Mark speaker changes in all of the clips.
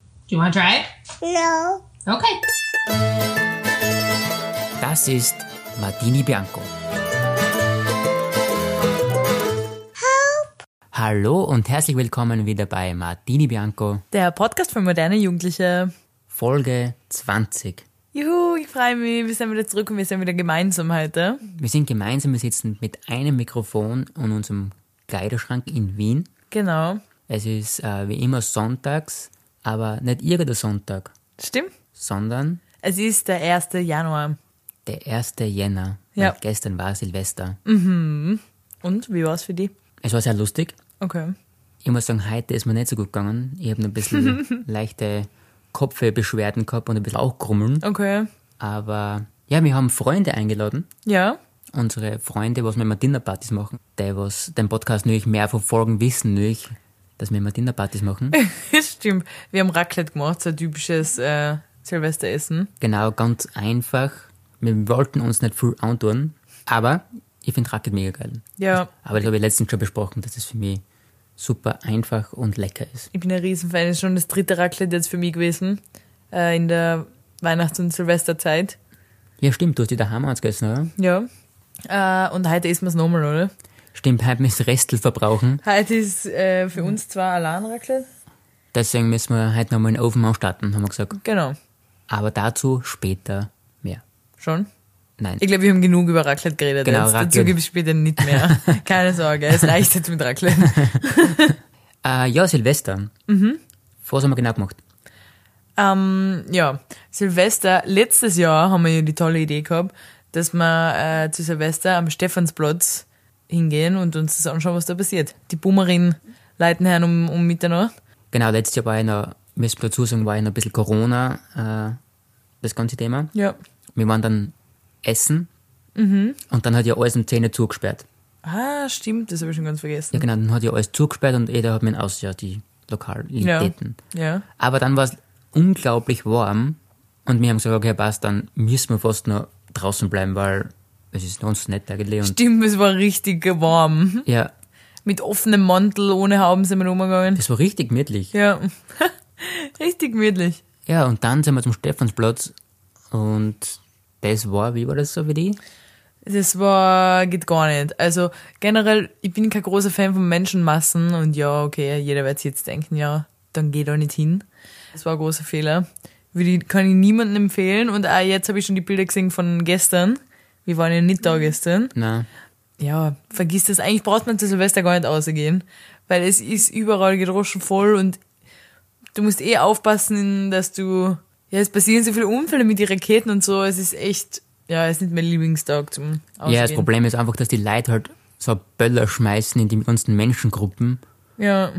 Speaker 1: Do you want to try it?
Speaker 2: No.
Speaker 1: Okay.
Speaker 3: Das ist Martini Bianco. Hallo und herzlich willkommen wieder bei Martini Bianco,
Speaker 4: Der Podcast für moderne Jugendliche.
Speaker 3: Folge 20.
Speaker 4: Juhu, ich freue mich. Wir sind wieder zurück und wir sind wieder gemeinsam heute.
Speaker 3: Wir sind gemeinsam, wir sitzen mit einem Mikrofon und unserem Kleiderschrank in Wien.
Speaker 4: Genau.
Speaker 3: Es ist äh, wie immer sonntags, aber nicht irgendein Sonntag,
Speaker 4: Stimmt?
Speaker 3: sondern
Speaker 4: Es ist der 1. Januar.
Speaker 3: der 1. Jänner.
Speaker 4: Ja.
Speaker 3: Weil Gestern war Silvester.
Speaker 4: Und wie war's für die?
Speaker 3: Es war sehr lustig.
Speaker 4: Okay.
Speaker 3: Ich muss sagen, heute ist mir nicht so gut gegangen. Ich habe ein bisschen leichte Kopfbeschwerden gehabt und ein bisschen auch Krummeln.
Speaker 4: Okay.
Speaker 3: Aber ja, wir haben Freunde eingeladen.
Speaker 4: Ja.
Speaker 3: Unsere Freunde, was wir immer Dinnerpartys machen. Die, was den Podcast natürlich mehr verfolgen, wissen natürlich, dass wir immer Dinnerpartys machen.
Speaker 4: Stimmt. Wir haben Raclette gemacht, so ein typisches äh, Silvesteressen.
Speaker 3: genau, ganz einfach. Wir wollten uns nicht viel antun, aber ich finde Racket mega geil.
Speaker 4: Ja.
Speaker 3: Aber das habe ich letztens schon besprochen, dass es für mich super einfach und lecker ist.
Speaker 4: Ich bin ein Riesenfan. Ist schon das dritte Raclette jetzt für mich gewesen. Äh, in der Weihnachts- und Silvesterzeit.
Speaker 3: Ja, stimmt, du hast die daheim ausgegessen, oder?
Speaker 4: Ja. Äh, und heute essen wir es nochmal, oder?
Speaker 3: Stimmt, heute müssen wir Restel verbrauchen.
Speaker 4: Heute ist äh, für uns zwar allein Raclette.
Speaker 3: Deswegen müssen wir heute nochmal den Ofen anstarten, haben wir gesagt.
Speaker 4: Genau.
Speaker 3: Aber dazu später mehr.
Speaker 4: Schon.
Speaker 3: Nein.
Speaker 4: Ich glaube, wir haben genug über Raclette geredet.
Speaker 3: Genau,
Speaker 4: jetzt.
Speaker 3: Raclette.
Speaker 4: Dazu gibt es später nicht mehr. Keine Sorge, es reicht jetzt mit Raclette.
Speaker 3: Äh, ja, Silvester.
Speaker 4: Mhm.
Speaker 3: Was haben wir genau gemacht?
Speaker 4: Ähm, ja, Silvester, letztes Jahr haben wir ja die tolle Idee gehabt, dass wir äh, zu Silvester am Stephansplatz hingehen und uns das anschauen, was da passiert. Die Boomerin leiten her um, um Mitternacht.
Speaker 3: Genau, letztes Jahr war ich noch, müssen wir dazu sagen, war ich noch ein bisschen Corona, äh, das ganze Thema.
Speaker 4: Ja.
Speaker 3: Wir waren dann essen
Speaker 4: Mhm.
Speaker 3: und dann hat ja alles um 10 Uhr zugesperrt.
Speaker 4: Ah, stimmt, das habe ich schon ganz vergessen.
Speaker 3: Ja, genau, dann hat ja alles zugesperrt und jeder hat mir ausgeschaut, die Lokalitäten.
Speaker 4: Ja.
Speaker 3: Aber dann war es unglaublich warm und wir haben gesagt, okay, passt, dann müssen wir fast noch draußen bleiben, weil es ist sonst nett eigentlich. Und
Speaker 4: Stimmt, es war richtig warm.
Speaker 3: ja,
Speaker 4: Mit offenem Mantel, ohne Hauben sind wir rumgegangen.
Speaker 3: das war richtig gemütlich.
Speaker 4: Ja. richtig gemütlich.
Speaker 3: Ja, und dann sind wir zum Stephansplatz und das war, wie war das so für die?
Speaker 4: Das war, geht gar nicht. Also generell, ich bin kein großer Fan von Menschenmassen und ja, okay, jeder wird sich jetzt denken, ja, dann geh da nicht hin. Das war ein großer Fehler. Würde ich, kann ich niemandem empfehlen und auch jetzt habe ich schon die Bilder gesehen von gestern. Wir waren ja nicht da gestern.
Speaker 3: Na,
Speaker 4: Ja, vergiss das. Eigentlich braucht man zu Silvester gar nicht ausgehen, weil es ist überall gedroschen voll und du musst eh aufpassen, dass du, ja, es passieren so viele Unfälle mit den Raketen und so. Es ist echt, ja, es ist nicht mein Lieblingstag zum Ausgehen.
Speaker 3: ja, das Problem ist einfach, dass die Leute halt so Böller schmeißen in die ganzen Menschengruppen
Speaker 4: Ja.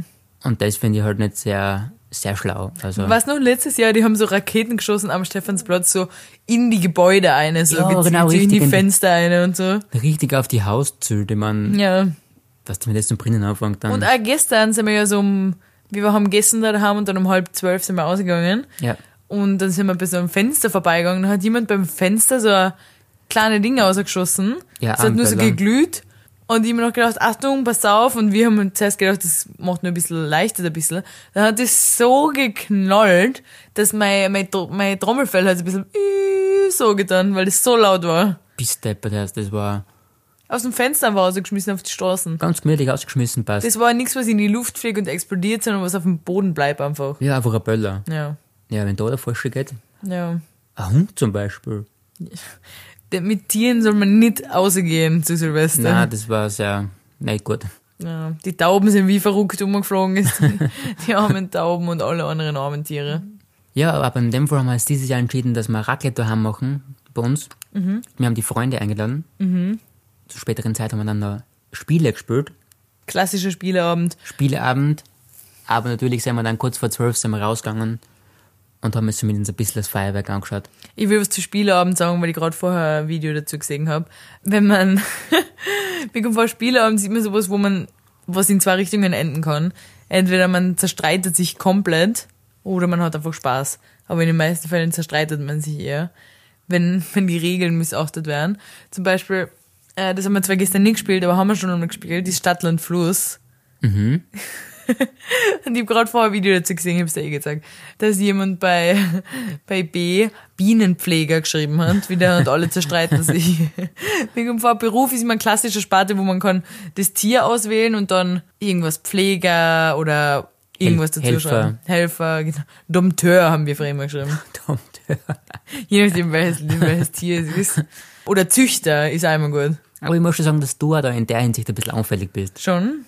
Speaker 3: und das finde ich halt nicht sehr, sehr schlau. Also,
Speaker 4: Was noch letztes Jahr, die haben so Raketen geschossen am Stephansplatz, so in die Gebäude eine, so
Speaker 3: Ja,
Speaker 4: gezielt,
Speaker 3: genau,
Speaker 4: so in
Speaker 3: richtig,
Speaker 4: die
Speaker 3: in die-
Speaker 4: Fenster eine und so.
Speaker 3: richtig auf die Hauszüge, man,
Speaker 4: Ja.
Speaker 3: dass die mit das zum Brennen anfangen dann.
Speaker 4: Und äh, auch gestern sind wir ja so um, wir haben gestern da daheim und dann um halb zwölf sind wir ausgegangen.
Speaker 3: ja,
Speaker 4: Und dann sind wir bis am Fenster vorbeigegangen. Dann hat jemand beim Fenster so ein kleine Ding rausgeschossen.
Speaker 3: Ja,
Speaker 4: es hat nur so
Speaker 3: Armböller.
Speaker 4: geglüht. Und ich hab mir noch gedacht, Achtung, pass auf. Und wir haben uns zuerst gedacht, das macht nur ein bisschen leichter, ein bisschen. Dann hat es so geknallt, dass mein, mein, Tro- mein Trommelfell hat ein bisschen so getan, weil es so laut war.
Speaker 3: Bisteppe, das, das war
Speaker 4: Aus dem Fenster war rausgeschmissen auf die Straßen.
Speaker 3: ganz gemütlich ausgeschmissen, passt.
Speaker 4: Das war nichts, was in die Luft fliegt und explodiert, sondern was auf dem Boden bleibt einfach.
Speaker 3: ja, einfach ein Böller.
Speaker 4: Ja,
Speaker 3: Ja, wenn da der Falsche geht,
Speaker 4: ja.
Speaker 3: ein Hund zum Beispiel.
Speaker 4: Mit Tieren soll man nicht ausgehen zu Silvester.
Speaker 3: Nein, das war sehr, nicht gut.
Speaker 4: Ja, die Tauben sind wie verrückt umgeflogen. ist. Die armen Tauben und alle anderen armen Tiere.
Speaker 3: Ja, aber in dem Fall haben wir uns dieses Jahr entschieden, dass wir Raclette daheim machen, bei uns. Wir haben die Freunde eingeladen. Zur späteren Zeit haben wir dann noch Spiele gespielt,
Speaker 4: Klassischer Spieleabend.
Speaker 3: Spieleabend. Aber natürlich sind wir dann kurz vor zwölf sind wir rausgegangen und haben uns zumindest ein bisschen das Feuerwerk angeschaut.
Speaker 4: Ich will was zu Spieleabend sagen, weil ich gerade vorher ein Video dazu gesehen habe. Wenn man, wie kommt vor Spieleabend, sieht man sowas, wo man, was in zwei Richtungen enden kann. Entweder man zerstreitet sich komplett oder man hat einfach Spaß. Aber in den meisten Fällen zerstreitet man sich eher, wenn, wenn die Regeln missachtet werden. Zum Beispiel,
Speaker 3: Mhm.
Speaker 4: äh, das haben wir zwar gestern nicht gespielt, aber haben wir schon einmal gespielt, die Stadtland Fluss. Und ich habe gerade vorher ein Video dazu gesehen, ich habe es dir eh gezeigt, dass jemand bei, bei B Bienenpfleger geschrieben hat, wieder und alle zerstreiten sich. Wegen vor Beruf ist immer ein klassischer Sparte, wo man kann das Tier auswählen und dann irgendwas Pfleger oder irgendwas dazu
Speaker 3: Helfer.
Speaker 4: schreiben. Helfer, genau. Dompteur haben wir früher immer geschrieben.
Speaker 3: Dompteur.
Speaker 4: Je nachdem, welches, welches Tier es ist. Oder Züchter ist einmal gut.
Speaker 3: Aber ich muss schon sagen, dass du auch da in der Hinsicht ein bisschen auffällig bist.
Speaker 4: Schon?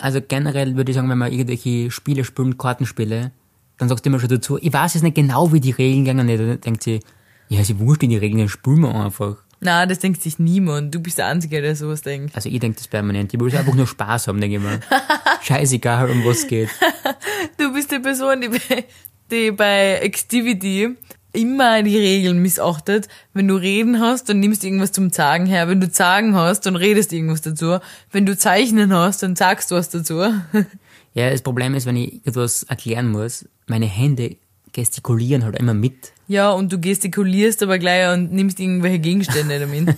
Speaker 3: Also generell würde ich sagen, wenn man irgendwelche Spiele spielen, Kartenspiele, dann sagst du immer schon dazu, ich weiß jetzt nicht genau, wie die Regeln gehen. Und dann denkt sie, ja, sie wurscht in die Regeln, dann spielen wir einfach.
Speaker 4: Na, das denkt sich niemand. Du bist der Einzige, der sowas denkt.
Speaker 3: Also ich denke das permanent. Ich will einfach nur Spaß haben, denke ich mal. Scheißegal, um was geht.
Speaker 4: Du bist die Person, die bei, die bei Activity immer die Regeln missachtet. Wenn du Reden hast, dann nimmst du irgendwas zum Zagen her. Wenn du Zagen hast, dann redest du irgendwas dazu. Wenn du Zeichnen hast, dann sagst du was dazu.
Speaker 3: Ja, das Problem ist, wenn ich etwas erklären muss, meine Hände gestikulieren halt immer mit.
Speaker 4: Ja, und du gestikulierst aber gleich und nimmst irgendwelche Gegenstände damit.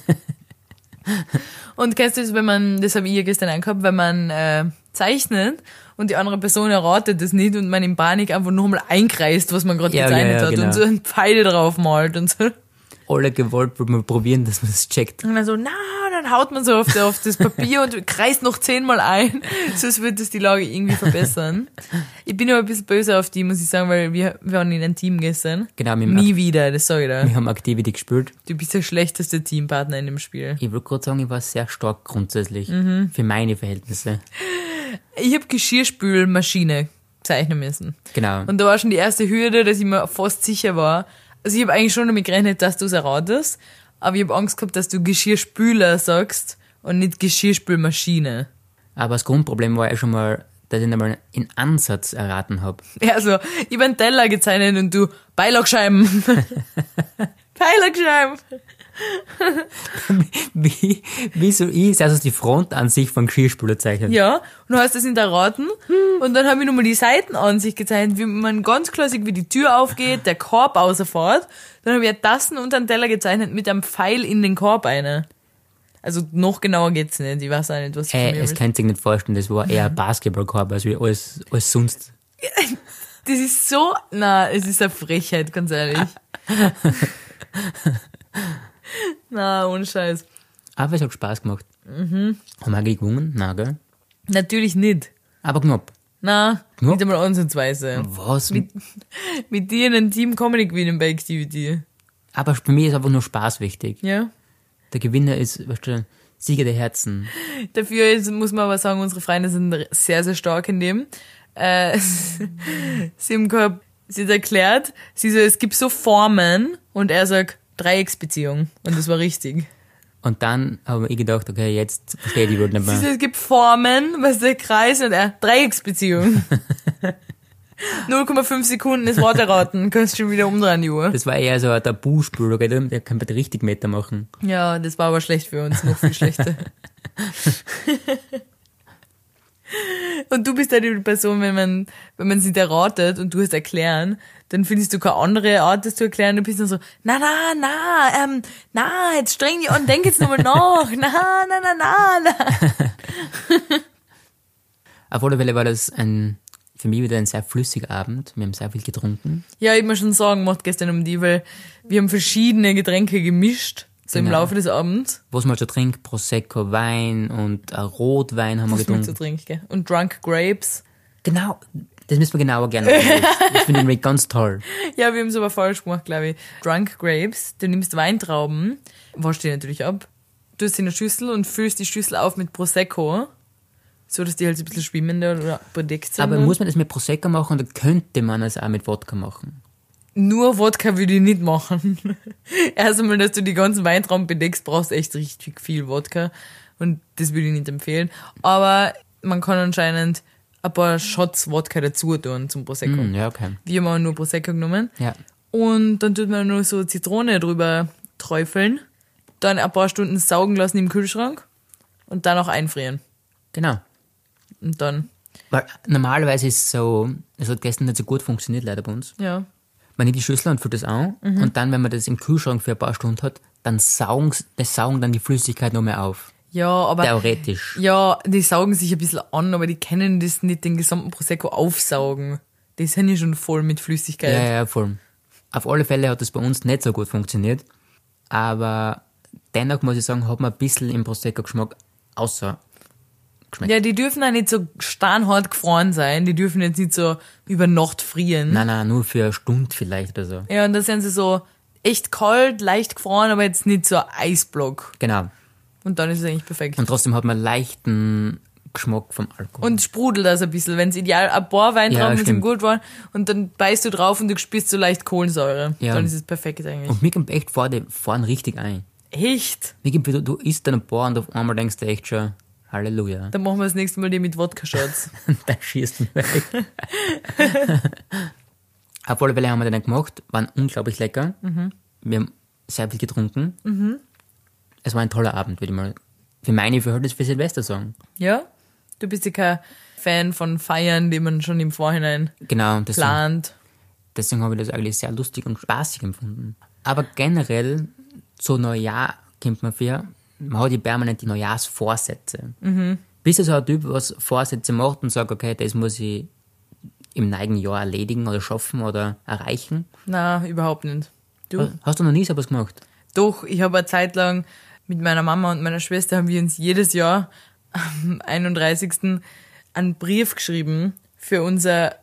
Speaker 4: und kennst du das, wenn man, das habe ich ja gestern angehabt, wenn man äh, zeichnet und die andere Person erratet das nicht und man in Panik einfach nur mal einkreist, was man gerade
Speaker 3: Ja,
Speaker 4: gezeichnet
Speaker 3: ja, ja,
Speaker 4: hat
Speaker 3: genau.
Speaker 4: und so einen Pfeil drauf malt und so.
Speaker 3: Alle gewollt, wird man probieren, dass man es checkt.
Speaker 4: Und dann so, na, dann haut man so auf, auf das Papier und kreist noch zehnmal ein. Sonst wird das die Lage irgendwie verbessern. Ich bin aber ein bisschen böse auf die, muss ich sagen, weil wir, wir waren in einem Team gestern.
Speaker 3: Genau, wir haben,
Speaker 4: Nie wieder, das sag ich dir.
Speaker 3: wir haben Activity gespielt.
Speaker 4: Du bist der schlechteste Teampartner in dem Spiel.
Speaker 3: Ich würde gerade sagen, ich war sehr stark grundsätzlich. Für meine Verhältnisse.
Speaker 4: Ich habe Geschirrspülmaschine zeichnen müssen.
Speaker 3: Genau.
Speaker 4: Und da war schon die erste Hürde, dass ich mir fast sicher war. Also ich habe eigentlich schon damit gerechnet, dass du es erratest, aber ich habe Angst gehabt, dass du Geschirrspüler sagst und nicht Geschirrspülmaschine.
Speaker 3: Aber das Grundproblem war ja schon mal, dass ich nicht mal einen Ansatz erraten habe.
Speaker 4: Ja, also ich habe einen Teller gezeichnet und du Beilagscheiben. Beilagscheiben.
Speaker 3: Wie, wie so ist also die Front an sich von Geschirrspüler zeichnen?
Speaker 4: Ja, und du hast das in der Raten.
Speaker 3: Hm.
Speaker 4: Und dann habe ich nochmal die Seitenansicht gezeichnet, wie man ganz klar sieht, wie die Tür aufgeht, der Korb außerfort. Dann habe ich eine Tassen und einen Teller gezeichnet mit einem Pfeil in den Korb eine. Also noch genauer geht's nicht. Ich weiß auch nicht, was ich
Speaker 3: Äh,
Speaker 4: von mir
Speaker 3: es
Speaker 4: will.
Speaker 3: kann sich nicht vorstellen, das war eher ein Basketballkorb als, wie alles, als sonst.
Speaker 4: Das ist so, na, es ist eine Frechheit, ganz ehrlich. na, ohne Scheiß.
Speaker 3: Aber es hat Spaß gemacht.
Speaker 4: Mhm.
Speaker 3: Haben wir gewonnen? Nein, gell?
Speaker 4: Natürlich nicht.
Speaker 3: Aber knapp.
Speaker 4: Na,
Speaker 3: Ja.
Speaker 4: nicht einmal ansatzweise.
Speaker 3: Was?
Speaker 4: Mit dir in einem Team Comedy gewinnen bei Activity.
Speaker 3: Aber für mich ist einfach nur Spaß wichtig.
Speaker 4: Ja?
Speaker 3: Der Gewinner ist, weißt du, Sieger der Herzen.
Speaker 4: Dafür ist, muss man aber sagen, unsere Freunde sind sehr, sehr stark in dem. Äh, sie haben gehabt, sie hat erklärt, sie so, es gibt so Formen und er sagt Dreiecksbeziehung. Und das war richtig.
Speaker 3: Und dann habe ich gedacht, okay, jetzt verstehe ich die Welt nicht
Speaker 4: Sie so,
Speaker 3: mehr.
Speaker 4: es gibt Formen, was ist der Kreis und er Dreiecksbeziehung. 0,5 Sekunden das Wort erraten, kannst schon wieder umdrehen, die Uhr.
Speaker 3: Das war eher so ein Tabuspiel, okay, um, der kann bitte richtig Meter machen.
Speaker 4: Ja, das war aber schlecht für uns, noch viel schlechter. und du bist ja die Person, wenn man, wenn man sie erratet und du es erklären, dann findest du keine andere Art, das zu erklären. Du bist dann so, na, na, na, ähm, na, jetzt streng dich an, denk jetzt nochmal nach, na, na, na, na, na.
Speaker 3: Auf alle Fälle war das ein, für mich wieder ein sehr flüssiger Abend. Wir haben sehr viel getrunken.
Speaker 4: Ja, ich hab mir schon Sorgen gemacht gestern um die, weil wir haben verschiedene Getränke gemischt, so im
Speaker 3: Genau.
Speaker 4: Laufe des Abends.
Speaker 3: Was man so trinkt, Prosecco, Wein und äh, Rotwein haben wir
Speaker 4: Was man zu
Speaker 3: getrunken.
Speaker 4: trinken, gell? Und Drunk Grapes.
Speaker 3: Genau, das müssen wir genauer gerne machen. Das finde ich nämlich ganz toll.
Speaker 4: Ja, wir haben es aber falsch gemacht, glaube ich. Drunk Grapes, du nimmst Weintrauben, waschst die natürlich ab, tust sie in eine Schüssel und füllst die Schüssel auf mit Prosecco, so dass die halt so ein bisschen schwimmender oder bedeckt sind.
Speaker 3: Aber muss man das mit Prosecco machen oder könnte man es auch mit Wodka machen?
Speaker 4: Nur Wodka würde ich nicht machen. Erst einmal, dass du die ganzen Weintrauben bedeckst, brauchst echt richtig viel Wodka und das würde ich nicht empfehlen. Aber man kann anscheinend ein paar Shots Wodka dazu tun zum Prosecco.
Speaker 3: Hm, ja, okay.
Speaker 4: Wir haben auch nur Prosecco genommen.
Speaker 3: Ja.
Speaker 4: Und dann tut man nur so Zitrone drüber träufeln, dann ein paar Stunden saugen lassen im Kühlschrank und dann auch einfrieren.
Speaker 3: Genau.
Speaker 4: Und dann,
Speaker 3: Weil normalerweise ist es so, es hat gestern nicht so gut funktioniert leider bei uns.
Speaker 4: ja.
Speaker 3: Man nimmt die Schüssel und füllt das an und dann, wenn man das im Kühlschrank für ein paar Stunden hat, dann saugen, das saugen dann die Flüssigkeit noch mehr auf.
Speaker 4: Ja, aber
Speaker 3: Theoretisch.
Speaker 4: ja, die saugen sich ein bisschen an, aber die können das nicht den gesamten Prosecco aufsaugen. Die sind ja schon voll mit Flüssigkeit.
Speaker 3: Ja, ja, voll. Auf alle Fälle hat das bei uns nicht so gut funktioniert. Aber dennoch muss ich sagen, hat man ein bisschen im Prosecco-Geschmack außer.
Speaker 4: Ja, die dürfen auch nicht so steinhart gefroren sein. Die dürfen jetzt nicht so über Nacht frieren.
Speaker 3: Nein, nein, nur für eine Stunde vielleicht oder so.
Speaker 4: Ja, und da sind sie so echt kalt, leicht gefroren, aber jetzt nicht so ein Eisblock.
Speaker 3: Genau.
Speaker 4: Und dann ist es eigentlich perfekt.
Speaker 3: Und trotzdem hat man einen leichten Geschmack vom Alkohol.
Speaker 4: Und sprudelt das ein bisschen, wenn's ideal, ein paar Weintrauben
Speaker 3: Ja,
Speaker 4: sind
Speaker 3: stimmt.
Speaker 4: gut waren und dann beißt du drauf und du spürst so leicht Kohlensäure.
Speaker 3: Ja. Oh.
Speaker 4: Dann ist es perfekt eigentlich.
Speaker 3: Und mir kommt echt vor, die fahren richtig ein.
Speaker 4: Echt?
Speaker 3: Mir kommt, du, du isst dann ein paar und auf einmal denkst du echt schon, Halleluja.
Speaker 4: Dann machen wir das nächste Mal die mit Wodka-Shots.
Speaker 3: da schießt mich weg. Auf alle Fälle haben wir den dann gemacht, waren unglaublich lecker. Wir haben sehr viel getrunken. Es war ein toller Abend, würde ich mal für meine Verhältnisse für Silvester sagen.
Speaker 4: ja? Du bist ja kein Fan von Feiern, die man schon im Vorhinein
Speaker 3: Genau, und deswegen,
Speaker 4: plant.
Speaker 3: deswegen habe ich das eigentlich sehr lustig und spaßig empfunden. Aber generell, zu Neujahr kennt man für, man hat ja permanent die Neujahrsvorsätze. Bist du so ein Typ, was Vorsätze macht und sagt, okay, das muss ich im neuen Jahr erledigen oder schaffen oder erreichen?
Speaker 4: Na, überhaupt nicht. Du?
Speaker 3: Hast du noch nie sowas gemacht?
Speaker 4: Doch, ich habe eine Zeit lang mit meiner Mama und meiner Schwester haben wir uns jedes Jahr am 31. einen Brief geschrieben für unser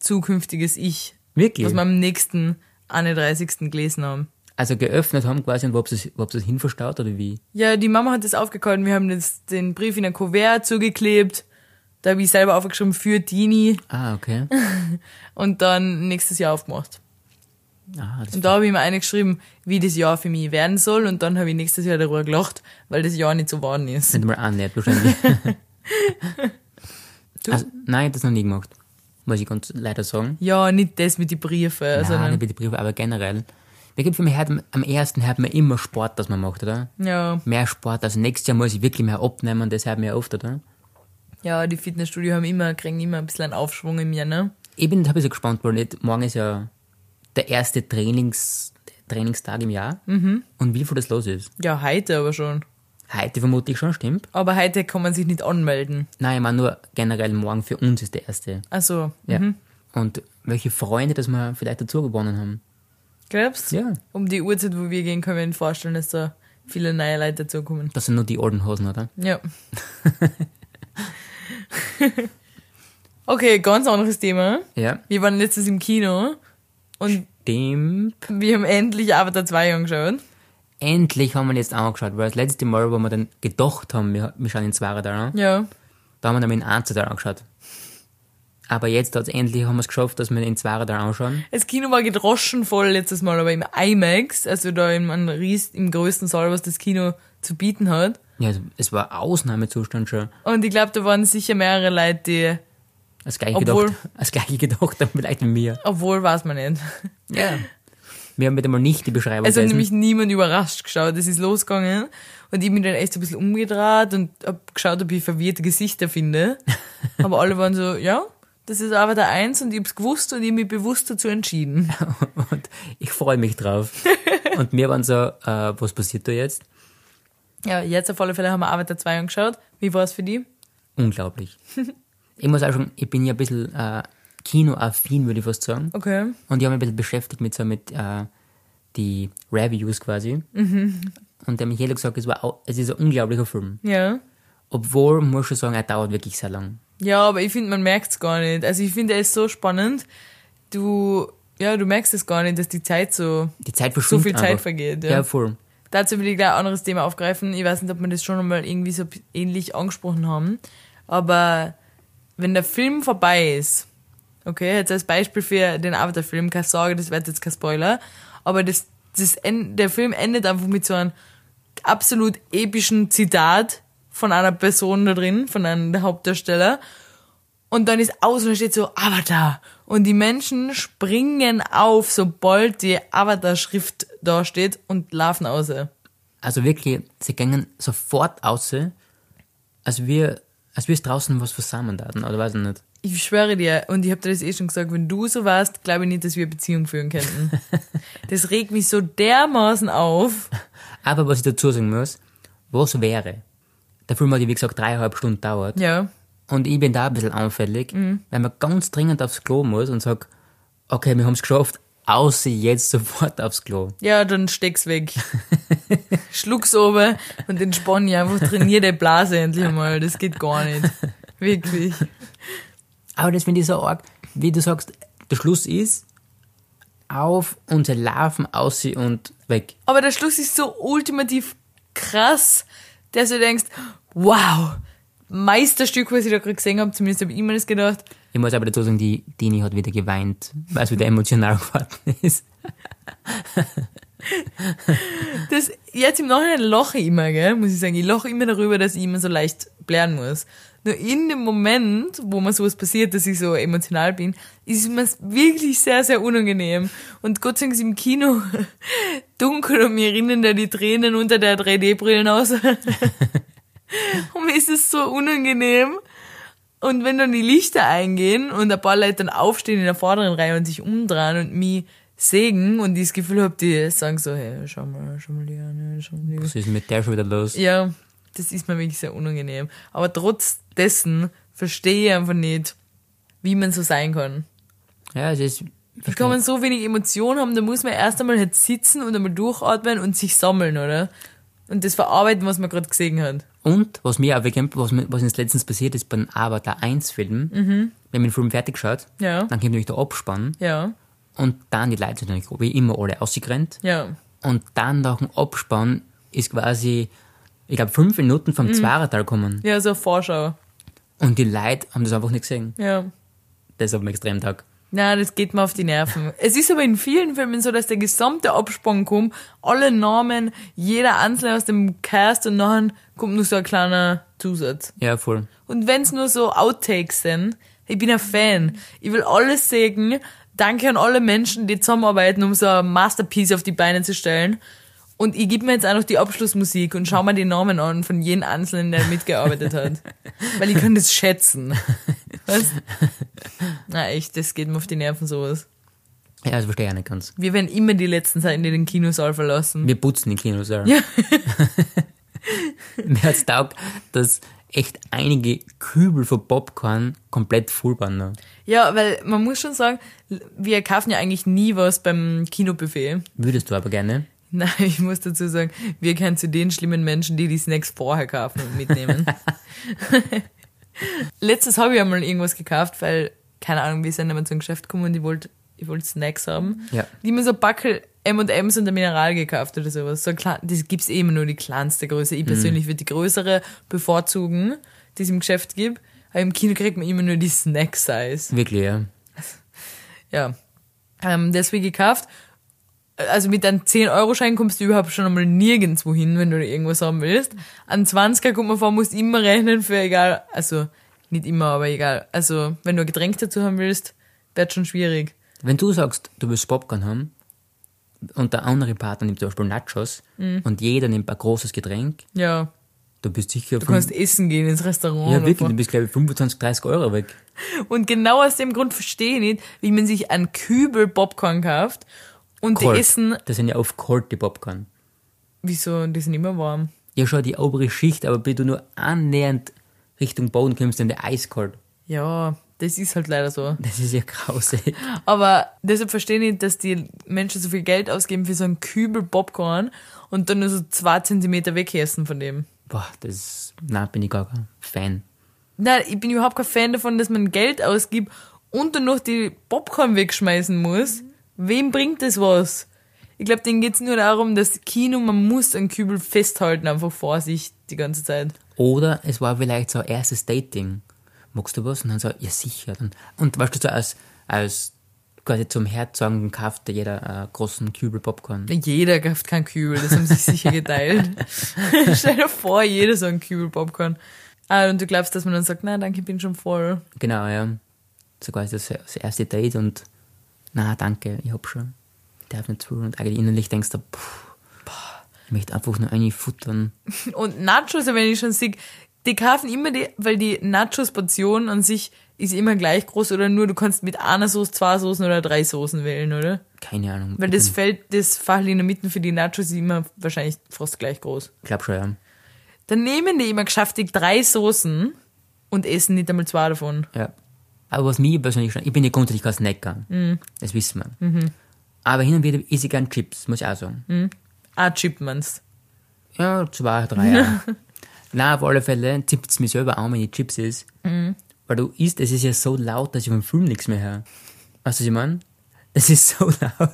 Speaker 4: zukünftiges Ich.
Speaker 3: Wirklich?
Speaker 4: Was wir am nächsten 31. gelesen haben.
Speaker 3: also geöffnet haben quasi und wo habt ihr es- wo habt ihr es hinverstaut oder wie?
Speaker 4: Ja, die Mama hat das aufgekalten. Wir haben das, den Brief in ein Kuvert zugeklebt. Da habe ich selber aufgeschrieben für Dini
Speaker 3: Ah, okay.
Speaker 4: und dann nächstes Jahr aufgemacht.
Speaker 3: Ah, das
Speaker 4: Und da habe ich mir eine geschrieben, wie das Jahr für mich werden soll und dann habe ich nächstes Jahr darüber gelacht, weil das Jahr nicht so geworden ist.
Speaker 3: sind mal annähert wahrscheinlich.
Speaker 4: Du?
Speaker 3: also, nein, ich hab das noch nie gemacht. Muss ich ganz leider sagen.
Speaker 4: Ja, nicht das mit den Briefen,
Speaker 3: nein,
Speaker 4: sondern
Speaker 3: nicht mit den Briefen, aber generell. Wer gibt für mich heute, am ersten hört man immer Sport, das man macht, oder?
Speaker 4: ja,
Speaker 3: Mehr Sport, also nächstes Jahr muss ich wirklich mehr abnehmen, das hört man ja oft, oder?
Speaker 4: ja, die Fitnessstudio haben immer, kriegen immer ein bisschen einen Aufschwung im Jahr, ne?
Speaker 3: Ich bin ein bisschen gespannt, weil nicht, morgen ist ja der erste Trainings, Trainingstag im Jahr. Und wie viel das los ist.
Speaker 4: Mhm. Ja, heute aber schon.
Speaker 3: Heute vermutlich schon, stimmt.
Speaker 4: Aber heute kann man sich nicht anmelden.
Speaker 3: Nein, ich meine nur generell morgen für uns ist der erste.
Speaker 4: Also,
Speaker 3: Ja. Und welche Freunde, dass wir vielleicht dazu gewonnen haben.
Speaker 4: glaubst du?
Speaker 3: Ja.
Speaker 4: Um die Uhrzeit, wo wir gehen, können wir uns vorstellen, dass da viele neue Leute dazukommen.
Speaker 3: Das sind nur die alten Hosen, oder?
Speaker 4: Ja. okay, ganz anderes Thema.
Speaker 3: Ja.
Speaker 4: Wir waren letztens im Kino und
Speaker 3: Dem
Speaker 4: wir haben endlich Avatar 2 angeschaut.
Speaker 3: endlich haben wir ihn jetzt angeschaut, weil das letzte Mal, wo wir dann gedacht haben, wir, wir schauen den Zwarer da ne? an,
Speaker 4: Ja.
Speaker 3: da haben wir dann den Einzel da angeschaut. Aber jetzt hat's endlich haben wir es geschafft, dass wir den Zwarer da anschauen.
Speaker 4: Das Kino war gedroschen voll letztes Mal, aber im IMAX, also da im, Ries, im größten Saal, was das Kino zu bieten hat.
Speaker 3: Ja, also es war Ausnahmezustand schon.
Speaker 4: Und ich glaube, da waren sicher mehrere Leute, die,
Speaker 3: Als gleiche
Speaker 4: Obwohl-
Speaker 3: gedacht, als gleiche gedacht haben, vielleicht wie mir.
Speaker 4: obwohl weiß man nicht.
Speaker 3: Ja. Wir haben bitte mal nicht die Beschreibung
Speaker 4: Es Also hat
Speaker 3: gelesen.
Speaker 4: nämlich niemand überrascht geschaut. Es ist losgegangen und ich bin dann echt so ein bisschen umgedreht und hab geschaut, ob ich verwirrte Gesichter finde. Aber alle waren so, ja, das ist Avatar 1 und ich hab's gewusst und ich hab mich bewusst dazu entschieden.
Speaker 3: Und ich freue mich drauf. Und wir waren so, äh, was passiert da jetzt?
Speaker 4: Ja, jetzt auf alle Fälle haben wir Avatar 2 angeschaut. Wie war's für die?
Speaker 3: Unglaublich. Ich muss auch schon, ich bin ja ein bisschen äh, kinoaffin, würde ich fast sagen.
Speaker 4: Okay.
Speaker 3: Und ich habe mich ein bisschen beschäftigt mit so mit äh, die Reviews quasi. Und der Michael hat gesagt, es, war, au- es ist ein unglaublicher Film.
Speaker 4: Ja.
Speaker 3: Obwohl, muss ich schon sagen, er dauert wirklich sehr lang.
Speaker 4: Ja, aber ich finde, man merkt's gar nicht. Also ich finde, er ist so spannend. Du, ja, du merkst es gar nicht, dass die Zeit so...
Speaker 3: Die Zeit verschwindet
Speaker 4: viel Zeit
Speaker 3: einfach.
Speaker 4: vergeht, ja.
Speaker 3: Ja, voll.
Speaker 4: Dazu will ich gleich ein anderes Thema aufgreifen. Ich weiß nicht, ob wir das schon mal irgendwie so ähnlich angesprochen haben. Aber wenn der Film vorbei ist, okay, jetzt als Beispiel für den Avatar-Film, keine Sorge, das wird jetzt kein Spoiler, aber das, das end, der Film endet einfach mit so einem absolut epischen Zitat von einer Person da drin, von einem der Hauptdarsteller. Und dann ist aus und da steht so Avatar. Und die Menschen springen auf, sobald die Avatar-Schrift da steht und laufen aus.
Speaker 3: Also wirklich, sie gingen sofort aus, als wir, als wir es draußen was versammeln hatten, oder weiß ich nicht.
Speaker 4: Ich schwöre dir, und ich habe dir das eh schon gesagt, wenn du so warst, glaube ich nicht, dass wir eine Beziehung führen könnten. das regt mich so dermaßen auf.
Speaker 3: Aber was ich dazu sagen muss, was wäre, der Film hat, wie gesagt, dreieinhalb Stunden dauert.
Speaker 4: Ja. Mhm.
Speaker 3: Und ich bin da ein bisschen anfällig, weil man ganz dringend aufs Klo muss und sagt, okay, wir haben es geschafft, außer jetzt sofort aufs Klo.
Speaker 4: Ja, dann steck's weg. Schluck's oben und entspann ich einfach trainiere die Blase endlich mal. Das geht gar nicht. Wirklich.
Speaker 3: Aber das finde ich so arg, wie du sagst, der Schluss ist, auf und sie laufen aus und weg.
Speaker 4: Aber der Schluss ist so ultimativ krass, dass du denkst, wow, Meisterstück, was ich da gerade gesehen habe, zumindest habe ich mir das gedacht.
Speaker 3: Ich muss aber dazu sagen, die Dini hat wieder geweint, weil es wieder emotional geworden ist.
Speaker 4: Das, jetzt im Nachhinein lache ich immer, gell, muss ich sagen. Ich lache immer darüber, dass ich immer so leicht blären muss. Nur in dem Moment, wo mir sowas passiert, dass ich so emotional bin, ist mir wirklich sehr, sehr unangenehm. Und Gott sei Dank ist im Kino dunkel und mir rinnen da die Tränen unter der 3D-Brillen aus. und mir ist es so unangenehm. Und wenn dann die Lichter eingehen und ein paar Leute dann aufstehen in der vorderen Reihe und sich umdrehen und mich sägen und ich das Gefühl habe, die sagen so, hey, schau mal, schau mal die an, schau mal die an.
Speaker 3: Was ist mit der schon wieder los?
Speaker 4: Ja, das ist mir wirklich sehr unangenehm. Aber trotz dessen verstehe ich einfach nicht, wie man so sein kann.
Speaker 3: Ja, es ist.
Speaker 4: Wie kann man so wenig Emotionen haben? Da muss man erst einmal halt sitzen und einmal durchatmen und sich sammeln, oder? Und das verarbeiten, was man gerade gesehen hat.
Speaker 3: Und was mir auch wirklich, was, mir- was uns letztens passiert ist beim Avatar 1 Film, wir haben den Film fertig geschaut,
Speaker 4: Ja.
Speaker 3: dann kommt nämlich der Abspann
Speaker 4: Ja,
Speaker 3: und dann die Leute sind natürlich wie immer alle ausgerannt
Speaker 4: ja,
Speaker 3: und dann nach dem Abspann ist quasi, ich glaube, fünf Minuten vom Zweierteil gekommen
Speaker 4: ja, so eine Vorschau.
Speaker 3: und die Leute haben das einfach nicht gesehen.
Speaker 4: Ja.
Speaker 3: Das hat mir extrem tag.
Speaker 4: Na, das geht mir auf die Nerven. Es ist aber in vielen Filmen so, dass der gesamte Abspann kommt, alle Namen, jeder Einzelne aus dem Cast und nachher kommt nur so ein kleiner Zusatz.
Speaker 3: Ja, voll.
Speaker 4: Und wenn's nur so Outtakes sind, ich bin ein Fan. Ich will alles sägen. Danke an alle Menschen, die zusammenarbeiten, um so ein Masterpiece auf die Beine zu stellen. Und ich gebe mir jetzt auch noch die Abschlussmusik und schau mir die Namen an von jedem Einzelnen, der mitgearbeitet hat. Weil ich kann das schätzen. Was? Na echt, das geht mir auf die Nerven sowas.
Speaker 3: Ja, das verstehe ich auch nicht ganz.
Speaker 4: Wir werden immer die Letzten sein, die den Kinosaal verlassen.
Speaker 3: Wir putzen die Kinos, ja.
Speaker 4: Ja.
Speaker 3: Mir hat's taugt, dass echt einige Kübel von Popcorn komplett voll waren. noch.
Speaker 4: Ja, weil man muss schon sagen, wir kaufen ja eigentlich nie was beim Kinobuffet.
Speaker 3: Würdest du aber gerne.
Speaker 4: Nein, ich muss dazu sagen, wir gehören zu den schlimmen Menschen, die die Snacks vorher kaufen und mitnehmen. Letztes habe ich einmal irgendwas gekauft, weil, keine Ahnung, wir sind einmal zum Geschäft gekommen und ich wollte ich wollte Snacks haben.
Speaker 3: Ja.
Speaker 4: Die mir so Backel M&M's und der Mineral gekauft oder sowas. So klein, das gibt's eh immer nur die kleinste Größe. Ich persönlich würde die größere bevorzugen, die es im Geschäft gibt. Aber im Kino kriegt man immer nur die Snack-Size
Speaker 3: Wirklich, ja.
Speaker 4: ja, ähm, deswegen gekauft. Also mit einem 10-Euro-Schein kommst du überhaupt schon einmal nirgendwo hin, wenn du da irgendwas haben willst. An 20er kommt man vor, musst immer rechnen für egal, also nicht immer, aber egal. Also wenn du ein Getränk dazu haben willst, wird schon schwierig.
Speaker 3: Wenn du sagst, du willst Popcorn haben und der andere Partner nimmt zum Beispiel Nachos
Speaker 4: Mhm.
Speaker 3: und jeder nimmt ein großes Getränk,
Speaker 4: Ja,
Speaker 3: du bist sicher
Speaker 4: du kannst essen gehen ins Restaurant.
Speaker 3: ja,
Speaker 4: oder
Speaker 3: wirklich,
Speaker 4: wo.
Speaker 3: du bist glaube ich 25, 30 Euro weg.
Speaker 4: Und genau aus dem Grund verstehe ich nicht, wie man sich einen Kübel Popcorn kauft und
Speaker 3: Cold.
Speaker 4: die essen,
Speaker 3: Das sind ja oft cold, die Popcorn.
Speaker 4: wieso, die sind immer warm.
Speaker 3: Ja, schon die obere Schicht, aber bitte nur annähernd Richtung Boden kommst, dann der eiskalt.
Speaker 4: Ja, das ist halt leider so.
Speaker 3: Das ist ja grausig.
Speaker 4: Aber deshalb verstehe ich nicht, dass die Menschen so viel Geld ausgeben für so einen Kübel Popcorn und dann nur so zwei Zentimeter wegessen von dem.
Speaker 3: Boah, das ist, nein, bin ich gar kein Fan.
Speaker 4: Nein, ich bin überhaupt kein Fan davon, dass man Geld ausgibt und dann noch die Popcorn wegschmeißen muss. Wem bringt das was? Ich glaube, denen geht's nur darum, das Kino, man muss einen Kübel festhalten, einfach vor sich die ganze Zeit.
Speaker 3: Oder es war vielleicht so ein erstes Dating. Magst du was? Und dann so, ja sicher. Dann, und weißt du, so als, als quasi zum Herzogen kauft jeder einen großen Kübel Popcorn.
Speaker 4: Jeder kauft keinen Kübel, das haben sich sicher geteilt. Stell dir vor, jeder so einen Kübel Popcorn. Ah, und du glaubst, dass man dann sagt, nein, danke, ich bin schon voll.
Speaker 3: Genau, ja. So quasi das, das erste Date und, na danke, ich hab schon. Ich darf nicht zu. Und eigentlich innerlich denkst du, puh, boah, ich möchte einfach nur eine futtern.
Speaker 4: Und Nachos, wenn ich schon sehe, die kaufen immer die, weil die Nachos-Portion an sich ist immer gleich groß oder nur du kannst mit einer Soße, zwei Soßen oder drei Soßen wählen, oder?
Speaker 3: Keine Ahnung.
Speaker 4: Weil
Speaker 3: ich
Speaker 4: das
Speaker 3: bin-
Speaker 4: Feld, das Fach in der Mitte für die Nachos ist immer wahrscheinlich fast gleich groß.
Speaker 3: glaub schon, ja.
Speaker 4: Dann nehmen die immer geschäftig drei Soßen und essen nicht einmal zwei davon.
Speaker 3: Ja. Aber was mir persönlich schon, ich bin ja grundsätzlich kein Snacker.
Speaker 4: Mhm.
Speaker 3: Das wissen wir. Aber hin und wieder esse ich gern Chips, muss ich auch sagen.
Speaker 4: Ah, Chipmans.
Speaker 3: Ja, zwei, drei Jahre. Nein, auf alle Fälle zippt es mich selber an, wenn ich Chips esse.
Speaker 4: Mhm.
Speaker 3: Weil du isst, es ist ja so laut, dass ich vom Film nichts mehr höre. Weißt du, was ich meine? Es ist so laut.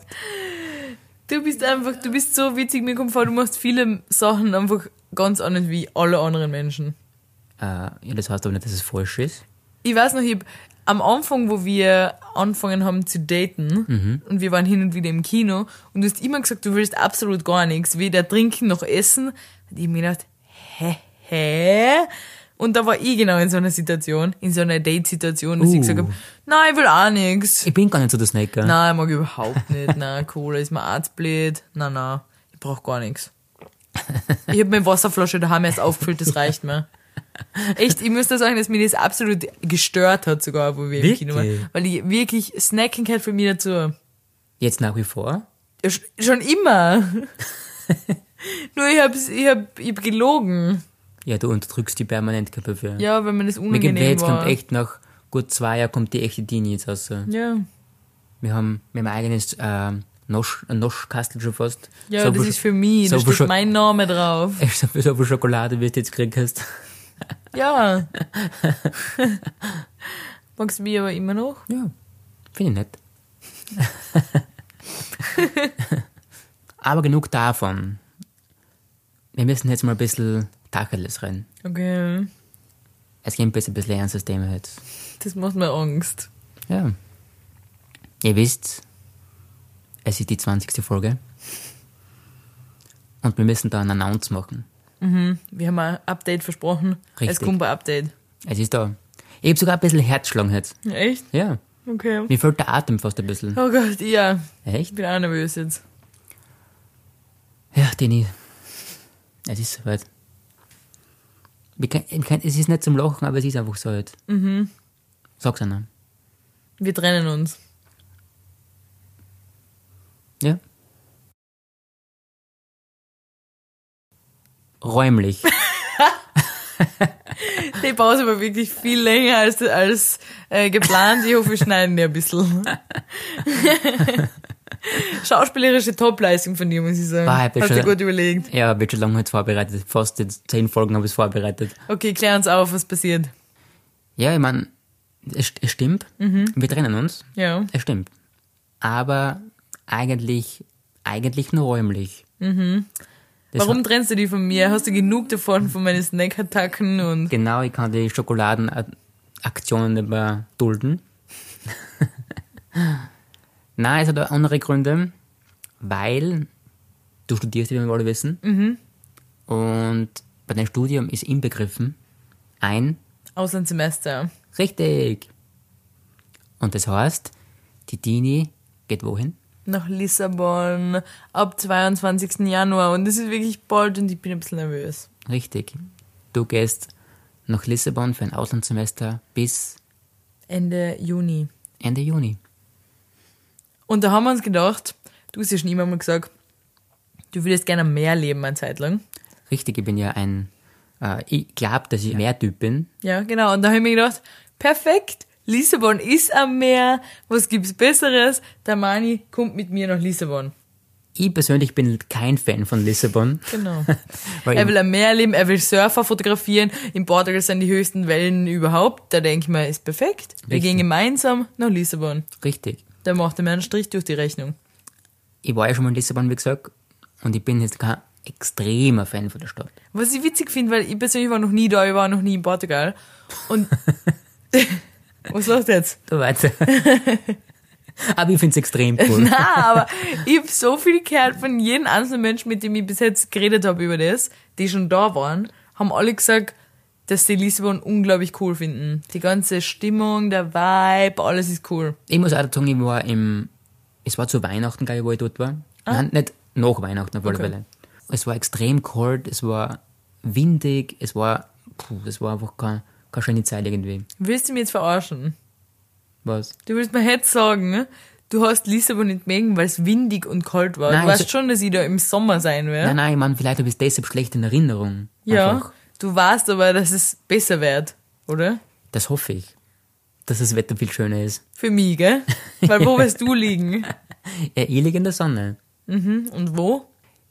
Speaker 4: Du bist einfach, du bist so witzig, mir kommt vor, du machst viele Sachen einfach ganz anders wie alle anderen Menschen.
Speaker 3: Äh, ja, das heißt aber nicht, dass es falsch ist.
Speaker 4: Ich weiß noch, ich hab, am Anfang, wo wir angefangen haben zu daten, und wir waren hin und wieder im Kino, und du hast immer gesagt, du willst absolut gar nichts, weder trinken noch essen, hat ich mir gedacht, hä, hä? Und da war ich genau in so einer Situation, in so einer Date-Situation, dass ich
Speaker 3: Uh.
Speaker 4: gesagt habe, nein, ich will auch nichts.
Speaker 3: Ich bin gar nicht so der Snacker.
Speaker 4: Nein, mag ich überhaupt nicht. Nein, Cola ist mir arztblöd. Nein, nein, ich brauch gar nichts. Ich habe meine Wasserflasche daheim erst aufgefüllt, das reicht mir. Echt, ich muss da sagen, dass mir das absolut gestört hat, sogar, wo wir
Speaker 3: Wirklich?
Speaker 4: im Kino waren. Weil ich wirklich, Snacken gehört für mich dazu. Ja,
Speaker 3: Jetzt nach wie vor.
Speaker 4: sch- schon immer. Nur ich hab's, ich hab, ich hab gelogen.
Speaker 3: Ja, du unterdrückst die permanent Körper für.
Speaker 4: Ja, wenn man das
Speaker 3: Mir gibt,
Speaker 4: unangenehm
Speaker 3: jetzt
Speaker 4: war.
Speaker 3: kommt echt nach gut zwei Jahren kommt die echte Dini jetzt raus.
Speaker 4: ja,
Speaker 3: Wir haben, wir haben ein eigenes äh, Nosch, Noschkastel schon fast.
Speaker 4: ja
Speaker 3: so
Speaker 4: das
Speaker 3: viel-
Speaker 4: ist für mich. Da
Speaker 3: so viel
Speaker 4: steht
Speaker 3: Scho-
Speaker 4: mein Name drauf.
Speaker 3: so viel- so viel Schokolade, wie du jetzt gekriegt hast.
Speaker 4: Ja. Magst du mich aber immer noch?
Speaker 3: Ja, finde ich nett. Aber genug davon. Wir müssen jetzt mal ein bisschen Tacheles rein.
Speaker 4: Okay.
Speaker 3: Es gehen ein bisschen, ein bisschen ernstes Thema jetzt.
Speaker 4: Das macht mir Angst.
Speaker 3: Ja. Ihr wisst, es ist die 20. Folge. Und wir müssen da einen Announce machen.
Speaker 4: Wir haben ein Update versprochen. Es
Speaker 3: Richtig.
Speaker 4: kommt ein Update.
Speaker 3: Es ist da. Ich habe sogar ein bisschen Herzschlagen jetzt.
Speaker 4: Echt?
Speaker 3: Ja.
Speaker 4: Okay.
Speaker 3: Mir fällt der Atem fast ein bisschen.
Speaker 4: Oh Gott, ja. Ich
Speaker 3: Echt?
Speaker 4: bin auch nervös jetzt.
Speaker 3: Ja, Dini. Es ist soweit. Wir können- wir können- Es ist nicht zum Lachen, aber es ist einfach so halt. Mhm. Sag's einer.
Speaker 4: Wir trennen uns.
Speaker 3: Ja? Räumlich.
Speaker 4: Die Pause war wirklich viel länger als, als äh, geplant. Ich hoffe, wir schneiden die ein bisschen. Schauspielerische Topleistung von dir, muss ich sagen.
Speaker 3: War halt
Speaker 4: Hast du
Speaker 3: schon-
Speaker 4: gut überlegt.
Speaker 3: ja, ich bin schon lange jetzt vorbereitet. Fast jetzt zehn Folgen habe ich es vorbereitet.
Speaker 4: Okay, klär uns auf, was passiert.
Speaker 3: Ja, ich meine, es, es stimmt. Wir trennen uns.
Speaker 4: Ja.
Speaker 3: Es stimmt. Aber eigentlich, eigentlich nur räumlich. Das
Speaker 4: Warum trennst du die von mir? Hast du genug davon, von meinen Snack-Attacken und...
Speaker 3: Genau, ich kann die Schokoladenaktionen nicht mehr dulden. Nein, es hat auch andere Gründe, weil du studierst, wie wir alle wissen. Und bei deinem Studium ist inbegriffen ein
Speaker 4: Auslandssemester.
Speaker 3: Richtig. Und das heißt, die Dini geht wohin?
Speaker 4: nach Lissabon ab 22. Januar und das ist wirklich bald und ich bin ein bisschen nervös.
Speaker 3: Richtig. Du gehst nach Lissabon für ein Auslandssemester bis
Speaker 4: Ende Juni.
Speaker 3: Ende Juni.
Speaker 4: Und da haben wir uns gedacht, du hast ja schon immer mal gesagt, du würdest gerne mehr leben eine Zeit lang.
Speaker 3: Richtig, ich bin ja ein. Äh, ich glaube, dass ich mehr Typ bin.
Speaker 4: Ja, genau. Und da habe ich mir gedacht, perfekt, Lissabon ist am Meer, was gibt's Besseres? Der Mani kommt mit mir nach Lissabon.
Speaker 3: Ich persönlich bin kein Fan von Lissabon.
Speaker 4: Genau.
Speaker 3: Weil
Speaker 4: Er will am Meer leben, er will Surfer fotografieren. In Portugal sind die höchsten Wellen überhaupt. Da denke ich mir, ist perfekt. Wir
Speaker 3: Richtig.
Speaker 4: gehen gemeinsam nach Lissabon.
Speaker 3: richtig.
Speaker 4: Da macht er mir einen Strich durch die Rechnung.
Speaker 3: Ich war ja schon mal in Lissabon, wie gesagt. Und ich bin jetzt kein extremer Fan von der Stadt.
Speaker 4: Was ich witzig finde, weil ich persönlich war noch nie da, ich war noch nie in Portugal. Und was läuft jetzt?
Speaker 3: Du weißt. Aber ich finde es extrem cool.
Speaker 4: Na, aber ich habe so viel gehört von jedem einzelnen Menschen, mit dem ich bis jetzt geredet habe über das, die schon da waren, haben alle gesagt, dass die Lissabon unglaublich cool finden. Die ganze Stimmung, der Vibe, alles ist cool.
Speaker 3: Ich muss auch dazu sagen, ich war im. Es war zu Weihnachten, glaube ich, wo ich dort war. Nein, nicht nach Weihnachten auf alle
Speaker 4: Okay.
Speaker 3: Fälle. Es war extrem kalt, es war windig, es war. Puh, es war einfach keine, keine schöne Zeit irgendwie.
Speaker 4: Willst du mir jetzt verarschen?
Speaker 3: Was?
Speaker 4: Du willst mir jetzt sagen, ne? du hast Lissabon nicht mögen, weil es windig und kalt war.
Speaker 3: Nein,
Speaker 4: du weißt
Speaker 3: ich-
Speaker 4: schon, dass ich da im Sommer sein werde.
Speaker 3: Nein, nein, ich meine, vielleicht habe ich es deshalb schlecht in Erinnerung.
Speaker 4: Ja,
Speaker 3: Einfach.
Speaker 4: Du weißt aber, dass es besser wird, oder?
Speaker 3: Das hoffe ich. Dass das Wetter viel schöner ist.
Speaker 4: Für mich, gell? Weil wo wirst du liegen?
Speaker 3: Ja, ich liege in der Sonne.
Speaker 4: Mhm. Und wo?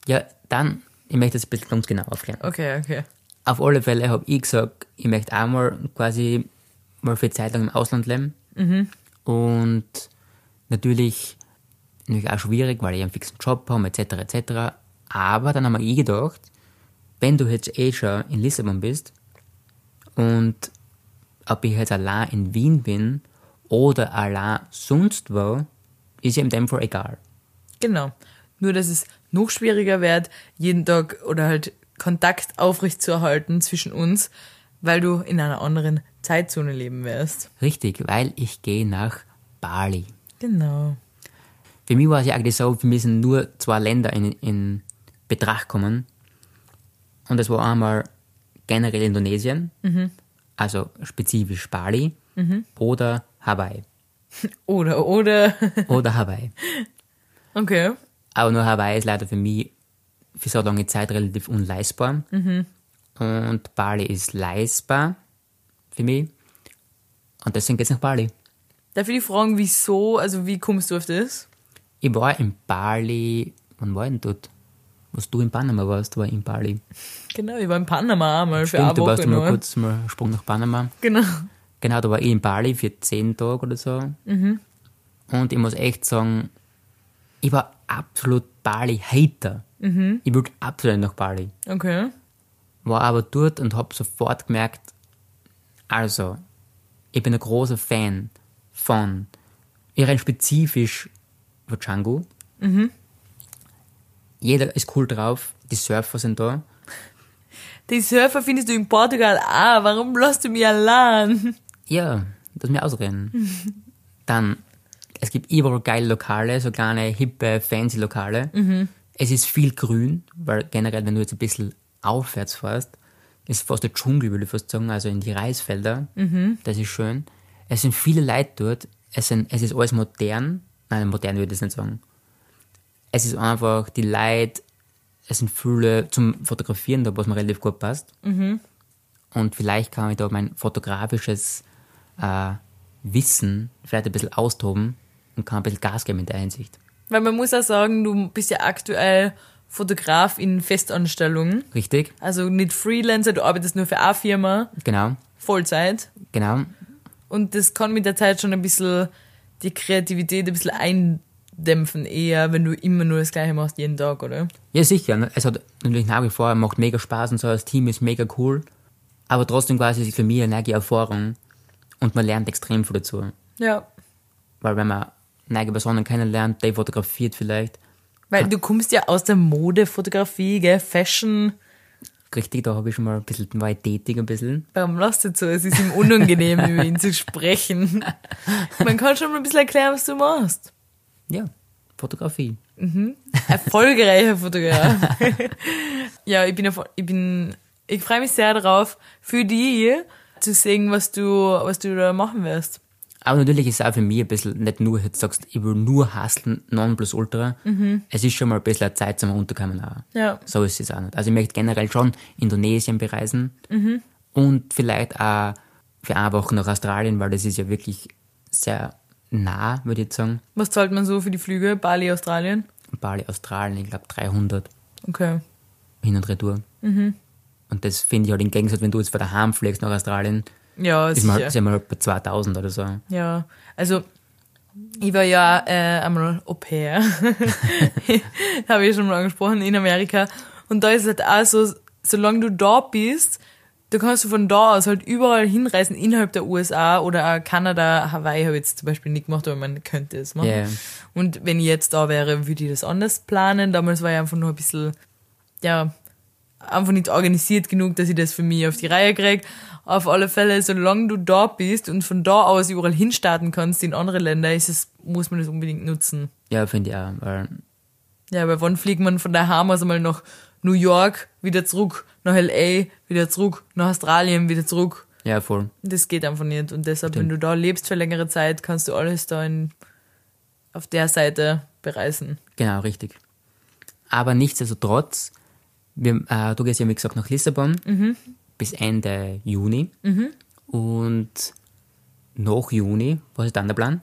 Speaker 3: Ja, dann, ich möchte das ein bisschen ganz genau aufklären.
Speaker 4: Okay, okay.
Speaker 3: Auf alle Fälle habe ich gesagt, ich möchte einmal quasi mal für eine Zeit lang im Ausland leben. Und natürlich, natürlich auch schwierig, weil ich einen fixen Job habe, etc. etc. Aber dann haben wir eh gedacht, wenn du jetzt eh schon in Lissabon bist und ob ich jetzt allein in Wien bin oder allein sonst wo, ist ja in dem Fall egal.
Speaker 4: Genau. Nur, dass es noch schwieriger wird, jeden Tag oder halt Kontakt aufrechtzuerhalten zwischen uns, weil du in einer anderen Zeitzone leben wirst.
Speaker 3: Richtig, weil ich gehe nach Bali.
Speaker 4: Genau.
Speaker 3: Für mich war es ja eigentlich so, für mich sind nur zwei Länder in, in Betracht kommen. Und das war einmal generell Indonesien, also spezifisch Bali oder Hawaii.
Speaker 4: Oder, oder.
Speaker 3: Oder Hawaii.
Speaker 4: Okay.
Speaker 3: Aber nur Hawaii ist leider für mich für so lange Zeit relativ unleistbar. Und Bali ist leistbar für mich. Und deswegen geht's nach Bali.
Speaker 4: Darf ich dich fragen, wieso, also wie kommst du auf das?
Speaker 3: Ich war in Bali, wann war ich denn dort? Was du in Panama warst, war ich in Bali.
Speaker 4: Genau, ich war in Panama einmal für genau. eine
Speaker 3: Stimmt, du warst
Speaker 4: Woche
Speaker 3: mal
Speaker 4: nur.
Speaker 3: kurz mal einen Sprung nach Panama.
Speaker 4: Genau.
Speaker 3: Genau, da war ich in Bali für zehn Tage oder so. Und ich muss echt sagen, ich war absolut Bali-Hater. Ich wollte absolut nicht nach Bali.
Speaker 4: Okay.
Speaker 3: War aber dort und habe sofort gemerkt, also, ich bin ein großer Fan von, ich rein spezifisch von Django. Jeder ist cool drauf, die Surfer sind da.
Speaker 4: Die Surfer findest du in Portugal auch. Warum lässt du mich allein?
Speaker 3: Ja, lass mir ausreden. Dann, es gibt überall geile Lokale, so kleine, hippe, fancy Lokale. Es ist viel grün, weil generell, wenn du jetzt ein bisschen aufwärts fährst, ist fast der Dschungel, würde ich fast sagen, also in die Reisfelder. Das ist schön. Es sind viele Leute dort. Es, sind, es ist alles modern. Nein, modern würde ich das nicht sagen. Es ist einfach die Leute, es sind viele zum Fotografieren da, was mir relativ gut passt. Und vielleicht kann ich da mein fotografisches äh, Wissen vielleicht ein bisschen austoben und kann ein bisschen Gas geben in der Hinsicht.
Speaker 4: Weil man muss auch sagen, du bist ja aktuell Fotograf in Festanstellung.
Speaker 3: Richtig?
Speaker 4: Also nicht Freelancer, du arbeitest nur für eine Firma,
Speaker 3: Genau,
Speaker 4: Vollzeit.
Speaker 3: genau.
Speaker 4: Und das kann mit der Zeit schon ein bisschen die Kreativität ein bisschen eindämpfen, eher, wenn du immer nur das Gleiche machst, jeden Tag, oder?
Speaker 3: Ja, sicher. ne? Es hat natürlich nach wie vor, macht mega Spaß und so, das Team ist mega cool. Aber trotzdem quasi ist es für mich eine neue Erfahrung und man lernt extrem viel dazu.
Speaker 4: Ja.
Speaker 3: Weil wenn man neue Personen kennenlernt, die fotografiert vielleicht,
Speaker 4: Weil du kommst ja aus der Modefotografie, gell? Fashion.
Speaker 3: richtig, da habe ich schon mal ein bisschen, war ich tätig ein bisschen.
Speaker 4: Warum lasst ihr so? Es ist ihm unangenehm, über ihn zu sprechen. Man kann schon mal ein bisschen erklären, was du machst.
Speaker 3: Ja, Fotografie.
Speaker 4: Erfolgreicher Fotograf. ja, ich bin, erfol- ich bin, ich freue mich sehr darauf, für die zu sehen, was du, was du da machen wirst.
Speaker 3: Aber natürlich ist es auch für mich ein bisschen, nicht nur, jetzt sagst, ich will nur hasseln, non plus ultra. Es ist schon mal ein bisschen eine Zeit zum Runterkommen auch.
Speaker 4: Mhm. Ja.
Speaker 3: So ist es auch nicht. Also ich möchte generell schon Indonesien bereisen
Speaker 4: Mhm.
Speaker 3: und vielleicht auch für eine Woche nach Australien, weil das ist ja wirklich sehr nah, würde ich jetzt sagen.
Speaker 4: Was zahlt man so für die Flüge? Bali, Australien?
Speaker 3: Bali, Australien, ich glaube 300
Speaker 4: Okay.
Speaker 3: hin und retour.
Speaker 4: Mhm.
Speaker 3: Und das finde ich halt im Gegensatz, wenn du jetzt von daheim fliegst nach Australien,
Speaker 4: Ja,
Speaker 3: ist man,
Speaker 4: sicher.
Speaker 3: sind wir halt bei 2000 oder so.
Speaker 4: Ja, also ich war ja äh, einmal Au pair. Habe ich schon mal angesprochen, in Amerika. Und da ist es halt auch so, solange du da bist, da kannst du von da aus halt überall hinreisen, innerhalb der USA oder auch Kanada, Hawaii habe ich jetzt zum Beispiel nicht gemacht, aber man könnte es machen.
Speaker 3: Ja.
Speaker 4: Und wenn ich jetzt da wäre, würde ich das anders planen. Damals war ich einfach nur ein bisschen, ja, einfach nicht organisiert genug, dass ich das für mich auf die Reihe krieg. Auf alle Fälle, solange du da bist und von da aus überall hinstarten kannst in andere Länder, ist es, muss man das unbedingt nutzen.
Speaker 3: Ja, finde ich auch. Weil
Speaker 4: Ja, weil wann fliegt man von daheim aus einmal nach New York, wieder zurück, nach L.A., wieder zurück, nach Australien, wieder zurück.
Speaker 3: ja, voll.
Speaker 4: Das geht einfach nicht. Und deshalb, wenn du da lebst für längere Zeit, kannst du alles da in, auf der Seite bereisen.
Speaker 3: Genau, richtig. Aber nichtsdestotrotz, wir, äh, du gehst ja, wie gesagt, nach Lissabon. bis Ende Juni. Und nach Juni, was ist dann der Plan?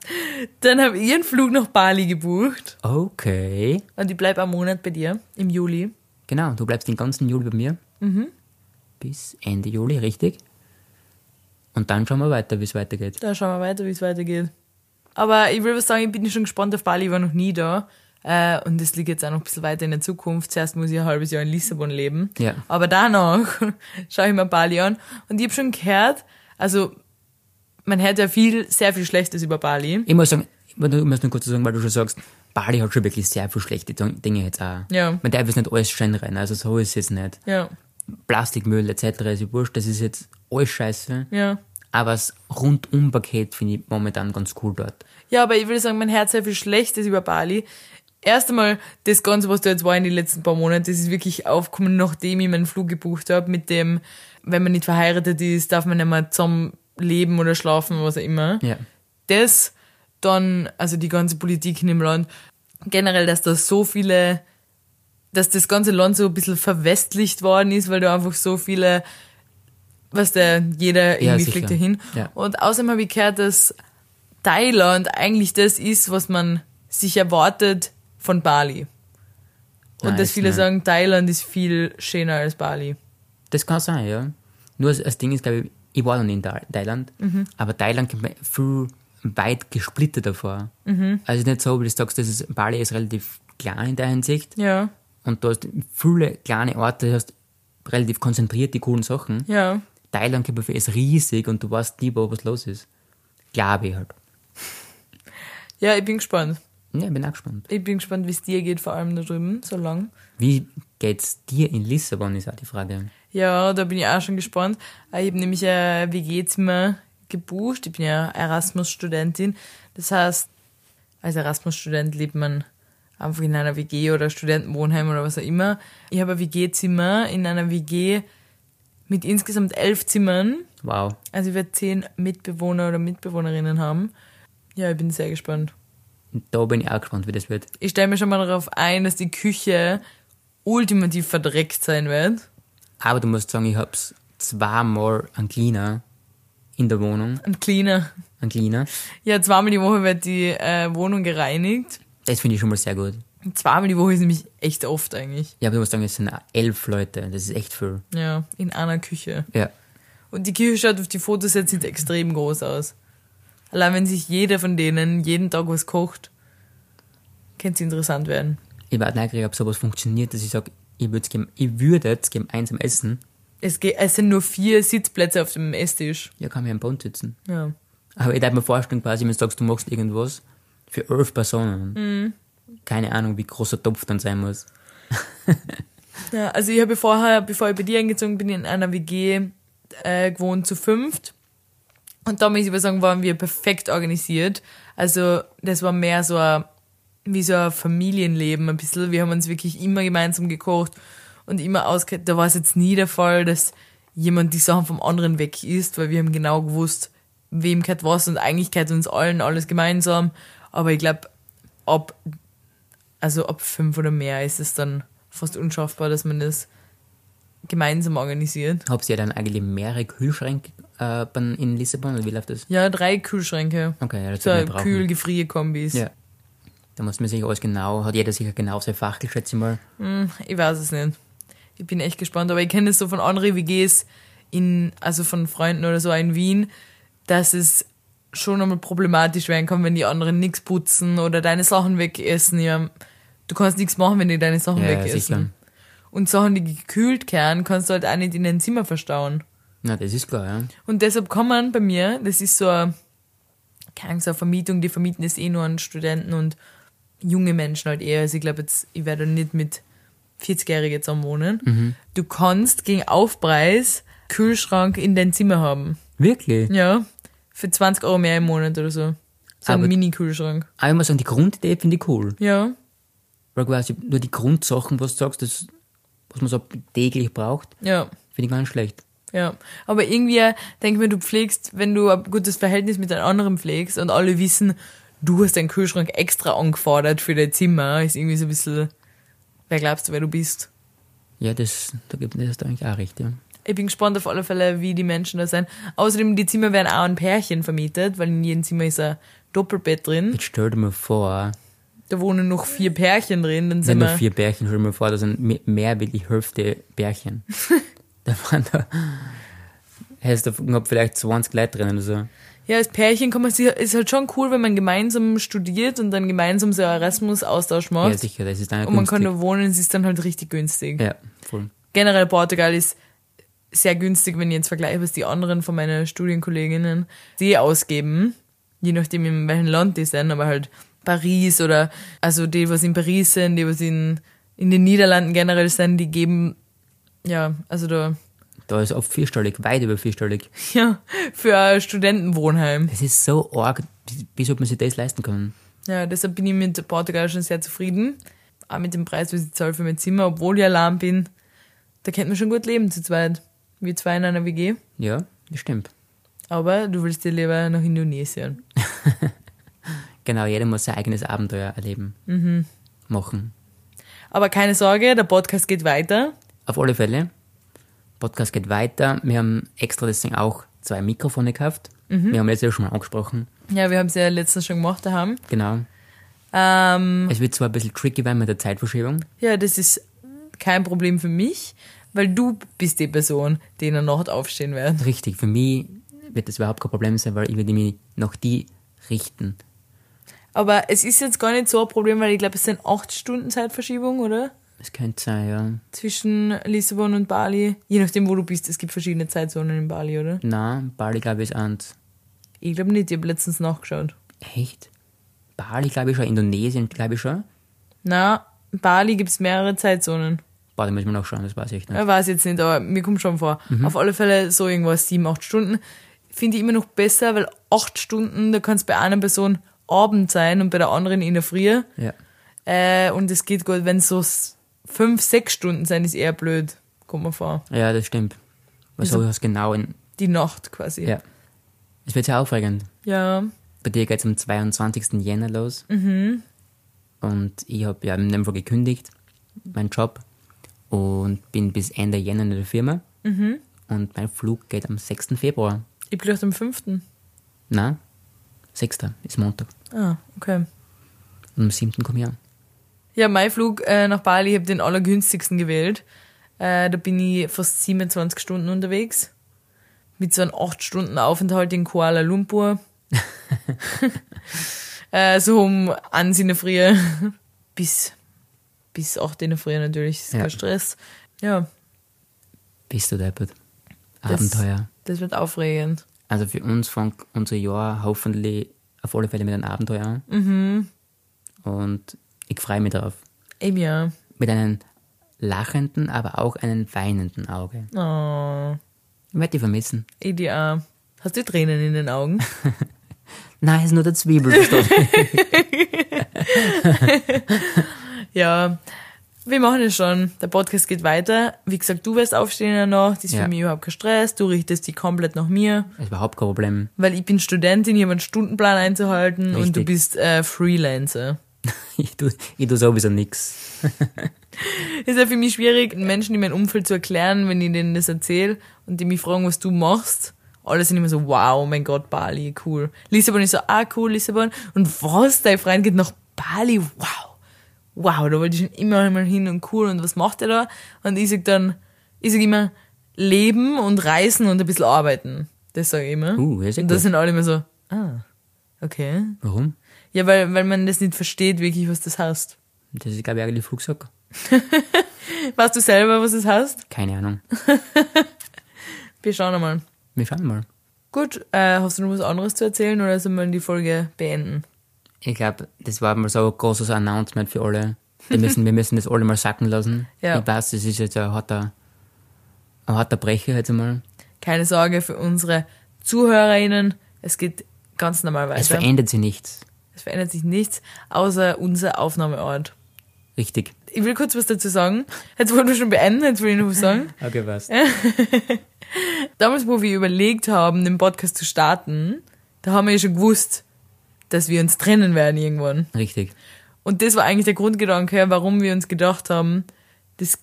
Speaker 4: Dann habe ich einen Flug nach Bali gebucht.
Speaker 3: Okay.
Speaker 4: Und ich bleibe einen Monat bei dir im Juli.
Speaker 3: Genau, du bleibst den ganzen Juli bei mir. Bis Ende Juli, richtig. Und dann schauen wir weiter, wie es weitergeht.
Speaker 4: Da schauen wir weiter, wie es weitergeht. Aber ich will was sagen, ich bin schon gespannt auf Bali, ich war noch nie da. Äh, und das liegt jetzt auch noch ein bisschen weiter in der Zukunft. Zuerst muss ich ein halbes Jahr in Lissabon leben.
Speaker 3: Ja.
Speaker 4: Aber danach schaue ich mir Bali an. Und ich habe schon gehört, also man hört ja viel, sehr viel Schlechtes über Bali.
Speaker 3: Ich muss sagen, ich muss nur kurz sagen, weil du schon sagst, Bali hat schon wirklich sehr viele schlechte Dinge jetzt auch.
Speaker 4: Ja.
Speaker 3: Man darf jetzt nicht alles schön rein, also so ist es nicht.
Speaker 4: Ja,
Speaker 3: Plastikmüll etc. ist ja wurscht, das ist jetzt alles scheiße.
Speaker 4: ja.
Speaker 3: Aber das Rundum-Paket finde ich momentan ganz cool dort.
Speaker 4: Ja, aber ich würde sagen, mein Herz sehr viel Schlechtes über Bali. Erst einmal, das Ganze, was da jetzt war in den letzten paar Monaten, das ist wirklich aufgekommen, nachdem ich meinen Flug gebucht habe, mit dem, wenn man nicht verheiratet ist, darf man nicht mehr zusammen leben oder schlafen, was auch immer.
Speaker 3: Ja.
Speaker 4: Das, dann, also die ganze Politik in dem Land, generell, dass da so viele, dass das ganze Land so ein bisschen verwestlicht worden ist, weil da einfach so viele, was der, jeder
Speaker 3: Ja,
Speaker 4: irgendwie
Speaker 3: sicher.
Speaker 4: fliegt dahin.
Speaker 3: Ja.
Speaker 4: Und außerdem habe ich gehört, dass Thailand eigentlich das ist, was man sich erwartet von Bali. Und
Speaker 3: Nice,
Speaker 4: dass viele
Speaker 3: ne?
Speaker 4: sagen, Thailand ist viel schöner als Bali.
Speaker 3: Das kann sein, ja. Nur das, das Ding ist, glaube ich, ich war noch nie in Tha- Thailand, aber Thailand kommt mir viel weit gesplitteter vor. Also nicht so, wie du sagst, das ist, Bali ist relativ klein in der Hinsicht.
Speaker 4: Ja,
Speaker 3: Und du hast viele kleine Orte, du hast relativ konzentriert die coolen Sachen.
Speaker 4: ja.
Speaker 3: Thailand kommt mir vor, ist riesig und du weißt nie, wo was los ist. Glaube ich halt.
Speaker 4: Ja, ich bin gespannt.
Speaker 3: Ja, ich bin auch gespannt.
Speaker 4: Ich bin gespannt, wie es dir geht, vor allem da drüben, so lang.
Speaker 3: Wie geht's dir in Lissabon, ist auch die Frage.
Speaker 4: Ja, da bin ich auch schon gespannt. Äh, Ich habe nämlich ein WG-Zimmer gebucht. Ich bin ja Erasmus-Studentin. Das heißt, als Erasmus-Student lebt man einfach in einer WG oder Studentenwohnheim oder was auch immer. Ich habe ein WG-Zimmer in einer WG mit insgesamt elf Zimmern.
Speaker 3: Wow.
Speaker 4: Also ich werde zehn Mitbewohner oder Mitbewohnerinnen haben. Ja, ich bin sehr gespannt.
Speaker 3: Da bin ich auch gespannt, wie das wird.
Speaker 4: Ich stelle mir schon mal darauf ein, dass die Küche ultimativ verdreckt sein wird.
Speaker 3: Aber du musst sagen, ich hab's zweimal an Cleaner in der Wohnung.
Speaker 4: Und cleaner.
Speaker 3: An Cleaner.
Speaker 4: Ja, zweimal die Woche wird die äh, Wohnung gereinigt.
Speaker 3: Das finde ich schon mal sehr gut.
Speaker 4: Und Zweimal die Woche ist nämlich echt oft eigentlich.
Speaker 3: Ja, aber du musst sagen, es sind auch elf Leute. Das ist echt viel.
Speaker 4: Ja, in einer Küche.
Speaker 3: Ja.
Speaker 4: Und die Küche schaut auf die Fotos jetzt nicht extrem groß aus. Allein wenn sich jeder von denen jeden Tag was kocht, könnte es interessant werden.
Speaker 3: Ich war neugierig, ob sowas funktioniert, dass ich sage, ich, würd's gem- ich würde jetzt gemeinsam essen.
Speaker 4: Es, ge es sind nur vier Sitzplätze auf dem Esstisch.
Speaker 3: Ja, kann mir am Bund sitzen.
Speaker 4: Ja.
Speaker 3: Aber ich darf mir vorstellen, quasi, wenn du sagst, du machst irgendwas für elf Personen. Keine Ahnung, wie groß der Topf dann sein muss.
Speaker 4: Ja, also ich habe vorher, bevor ich bei dir eingezogen bin, in einer WG äh, gewohnt zu fünft. Und da muss ich aber sagen, waren wir perfekt organisiert. Also das war mehr so ein, wie so ein Familienleben ein bisschen. Wir haben uns wirklich immer gemeinsam gekocht und immer ausge... Da war es jetzt nie der Fall, dass jemand die Sachen vom anderen weg isst, weil wir haben genau gewusst, wem gehört was und eigentlich gehört uns allen alles gemeinsam. Aber ich glaube, ab also ab fünf oder mehr ist es dann fast unschaffbar, dass man das gemeinsam organisiert.
Speaker 3: Habt ihr dann eigentlich mehrere Kühlschränke äh, bei- in Lissabon oder wie läuft das?
Speaker 4: Ja, drei Kühlschränke.
Speaker 3: Okay, ja, das
Speaker 4: So
Speaker 3: wird man brauchen.
Speaker 4: Kühl-Gefrier-Kombis.
Speaker 3: Ja. Da muss man sich alles genau, hat jeder sicher genau sein Fach, schätze ich mal.
Speaker 4: Ich weiß es nicht. Ich bin echt gespannt, aber ich kenne es so von anderen WGs in, also von Freunden oder so in Wien, dass es schon einmal problematisch werden kann, wenn die anderen nichts putzen oder deine Sachen wegessen. Ja, du kannst nichts machen, wenn die deine Sachen
Speaker 3: Ja, ja, sicher.
Speaker 4: wegessen. Und Sachen, die gekühlt kehren, kannst du halt auch nicht in dein Zimmer verstauen.
Speaker 3: Na, das ist klar, ja.
Speaker 4: Und deshalb kann man bei mir, das ist so eine, keine Ahnung, so eine Vermietung, die vermieten das eh nur an Studenten und junge Menschen halt eher. Also ich glaube jetzt, ich werde nicht mit 40-Jährigen zusammen wohnen. Du kannst gegen Aufpreis Kühlschrank in dein Zimmer haben.
Speaker 3: Wirklich?
Speaker 4: Ja. Für 20 Euro mehr im Monat oder so. So ein
Speaker 3: Aber-
Speaker 4: Mini-Kühlschrank.
Speaker 3: Aber ich muss sagen, die Grundidee finde ich cool.
Speaker 4: Ja.
Speaker 3: Weil quasi nur die Grundsachen, was du sagst, das, was man so täglich braucht,
Speaker 4: Ja.
Speaker 3: finde ich gar nicht schlecht.
Speaker 4: Ja, aber irgendwie denke ich mir, du pflegst, wenn du ein gutes Verhältnis mit einem anderen pflegst und alle wissen, du hast deinen Kühlschrank extra angefordert für dein Zimmer, ist irgendwie so ein bisschen, wer glaubst du, wer du bist?
Speaker 3: Ja, das, da gibt es eigentlich auch recht, ja.
Speaker 4: Ich bin gespannt auf alle Fälle, wie die Menschen da sein. Außerdem, die Zimmer werden auch an Pärchen vermietet, weil in jedem Zimmer ist ein Doppelbett drin.
Speaker 3: Jetzt stell dir mal vor,
Speaker 4: Da wohnen noch vier Pärchen drin, dann
Speaker 3: wenn
Speaker 4: sind
Speaker 3: nur
Speaker 4: wir.
Speaker 3: vier Bärchen, stell dir mal vor, da sind me- mehr wie die Hälfte Bärchen. da waren da, hast du gehabt vielleicht 20 Leute drinnen oder so.
Speaker 4: Ja, als Pärchen kann man sich, ist halt schon cool, wenn man gemeinsam studiert und dann gemeinsam so einen Erasmus-Austausch macht.
Speaker 3: Ja, sicher, das ist dann
Speaker 4: und man kann
Speaker 3: günstig.
Speaker 4: da wohnen, es ist dann halt richtig günstig.
Speaker 3: Ja, voll.
Speaker 4: Generell Portugal ist sehr günstig, wenn ich jetzt vergleiche, was die anderen von meinen Studienkolleginnen die ausgeben. Je nachdem, in welchem Land die sind, aber halt Paris oder, also die, was in Paris sind, die, was in, in den Niederlanden generell sind, die geben, ja, also da,
Speaker 3: Da ist oft vierstellig, weit über vierstellig.
Speaker 4: ja, für ein Studentenwohnheim.
Speaker 3: Das ist so arg, wie sollte man sich das leisten können?
Speaker 4: Ja, deshalb bin ich mit Portugal schon sehr zufrieden. Auch mit dem Preis, was ich zahle für mein Zimmer, obwohl ich allein bin. Da könnte man schon gut leben zu zweit. Wie zwei in einer WG.
Speaker 3: Ja, das stimmt.
Speaker 4: Aber du willst dir lieber nach Indonesien.
Speaker 3: Genau, jeder muss sein eigenes Abenteuer erleben.
Speaker 4: Mhm.
Speaker 3: Machen.
Speaker 4: Aber keine Sorge, der Podcast geht weiter.
Speaker 3: Auf alle Fälle, Podcast geht weiter. Wir haben extra deswegen auch zwei Mikrofone gekauft.
Speaker 4: Mhm.
Speaker 3: Wir haben letztes Jahr schon mal angesprochen.
Speaker 4: Ja, wir haben es ja letztens schon gemacht daheim.
Speaker 3: Genau.
Speaker 4: Ähm,
Speaker 3: Es wird zwar ein bisschen tricky werden mit der Zeitverschiebung.
Speaker 4: ja, das ist kein Problem für mich, weil du bist die Person, die in der Nacht aufstehen wird.
Speaker 3: Richtig, für mich wird das überhaupt kein Problem sein, weil ich werde mich nach die richten.
Speaker 4: Aber es ist jetzt gar nicht so ein Problem, weil ich glaube, es sind acht Stunden Zeitverschiebung, oder?
Speaker 3: Es könnte sein, ja.
Speaker 4: zwischen Lissabon und Bali. Je nachdem, wo du bist, es gibt verschiedene Zeitzonen in Bali, oder?
Speaker 3: Na, Bali glaube ich ist eins.
Speaker 4: Ich glaube nicht, ich habe letztens nachgeschaut.
Speaker 3: Echt? Bali glaube ich schon, Indonesien glaube ich schon.
Speaker 4: Na, in Bali gibt's mehrere Zeitzonen.
Speaker 3: Boah, da müssen wir noch schauen, das weiß ich nicht.
Speaker 4: Ich weiß jetzt nicht, aber mir kommt schon vor. Auf alle Fälle so irgendwas, sieben, acht Stunden. Finde ich immer noch besser, weil acht Stunden, da kann's bei einer Person Abend sein und bei der anderen in der Früh.
Speaker 3: Ja.
Speaker 4: Äh, und es geht gut, wenn so s- fünf, sechs Stunden sein, ist eher blöd. Kommt mir vor.
Speaker 3: ja, das stimmt. Was
Speaker 4: Also-
Speaker 3: habe ich das genau in.
Speaker 4: Die Nacht quasi.
Speaker 3: Ja. Es wird sehr aufregend.
Speaker 4: ja.
Speaker 3: Bei dir geht es am 22. Jänner los. Und ich habe ja in dem Fall gekündigt, meinen Job, und bin bis Ende Jänner in der Firma. Und mein Flug geht am 6. Februar.
Speaker 4: Ich bin am fünften.
Speaker 3: Na, 6. ist Montag.
Speaker 4: Ah, okay.
Speaker 3: Und am 7. komme ich an.
Speaker 4: Ja, mein Flug äh, nach Bali, ich habe den allergünstigsten gewählt. Äh, da bin ich fast 27 Stunden unterwegs. Mit so einem 8-Stunden-Aufenthalt in Kuala Lumpur. äh, so um eins in der Früh. bis, bis 8 in der Früh natürlich, ist
Speaker 3: Ja.
Speaker 4: kein Stress. Ja,
Speaker 3: Bist du deppert.
Speaker 4: Das-
Speaker 3: Abenteuer.
Speaker 4: das wird aufregend.
Speaker 3: Also für uns fängt unser Jahr hoffentlich auf alle Fälle mit einem Abenteuer an. Und ich freue mich darauf.
Speaker 4: Eben ja.
Speaker 3: Mit einem lachenden, aber auch einem weinenden Auge.
Speaker 4: Oh,
Speaker 3: Ich werde dich vermissen.
Speaker 4: ich die auch. Hast du Tränen in den Augen?
Speaker 3: Nein, es ist nur der Zwiebel gestorben.
Speaker 4: Ja, wir machen es schon. Der Podcast geht weiter. Wie gesagt, du wirst aufstehen in der Nacht. Ist
Speaker 3: Ja.
Speaker 4: für mich überhaupt kein Stress. Du richtest die komplett nach mir,
Speaker 3: ist überhaupt kein Problem.
Speaker 4: weil ich bin Studentin, ich habe einen Stundenplan einzuhalten und du
Speaker 3: Richtig.
Speaker 4: bist äh, Freelancer.
Speaker 3: Ich tu, ich tu sowieso nix.
Speaker 4: Ist ja für mich schwierig, Menschen in meinem Umfeld zu erklären, wenn ich denen das erzähle und die mich fragen, was du machst. Alle sind immer so, wow, mein Gott, Bali, cool. Lissabon ist so, ah, cool, Lissabon. Und was, dein Freund geht nach Bali, wow. Wow, da wollte ich schon immer mal hin und cool und was macht er da? Und ich sag dann, ich sag immer, leben und reisen und ein bisschen arbeiten. Das sage ich immer.
Speaker 3: Uh, das ist ja
Speaker 4: und da
Speaker 3: gut.
Speaker 4: sind alle immer so, ah, okay.
Speaker 3: Warum?
Speaker 4: Ja, weil, weil man das nicht versteht wirklich, was das heißt.
Speaker 3: Das ist, glaube ich, eigentlich Flugsack.
Speaker 4: Weißt du selber, was es das heißt?
Speaker 3: Keine Ahnung.
Speaker 4: Wir schauen einmal.
Speaker 3: Wir schauen mal.
Speaker 4: Gut, äh, hast du noch was anderes zu erzählen oder sollen wir die Folge beenden?
Speaker 3: Ich glaube, das war mal so ein großes Announcement für alle. Wir müssen, wir müssen das alle mal sacken lassen.
Speaker 4: Ja.
Speaker 3: Ich weiß, das ist jetzt ein harter, ein harter Brecher jetzt einmal.
Speaker 4: Keine Sorge für unsere ZuhörerInnen, es geht ganz normal weiter.
Speaker 3: Es verändert sich nichts.
Speaker 4: es verändert sich nichts, außer unser Aufnahmeort.
Speaker 3: Richtig.
Speaker 4: Ich will kurz was dazu sagen. Jetzt wollen wir schon beenden, jetzt will ich noch was sagen.
Speaker 3: Okay, was?
Speaker 4: damals, wo wir überlegt haben, den Podcast zu starten, da haben wir ja schon gewusst, dass wir uns trennen werden irgendwann.
Speaker 3: Richtig.
Speaker 4: Und das war eigentlich der Grundgedanke, warum wir uns gedacht haben, das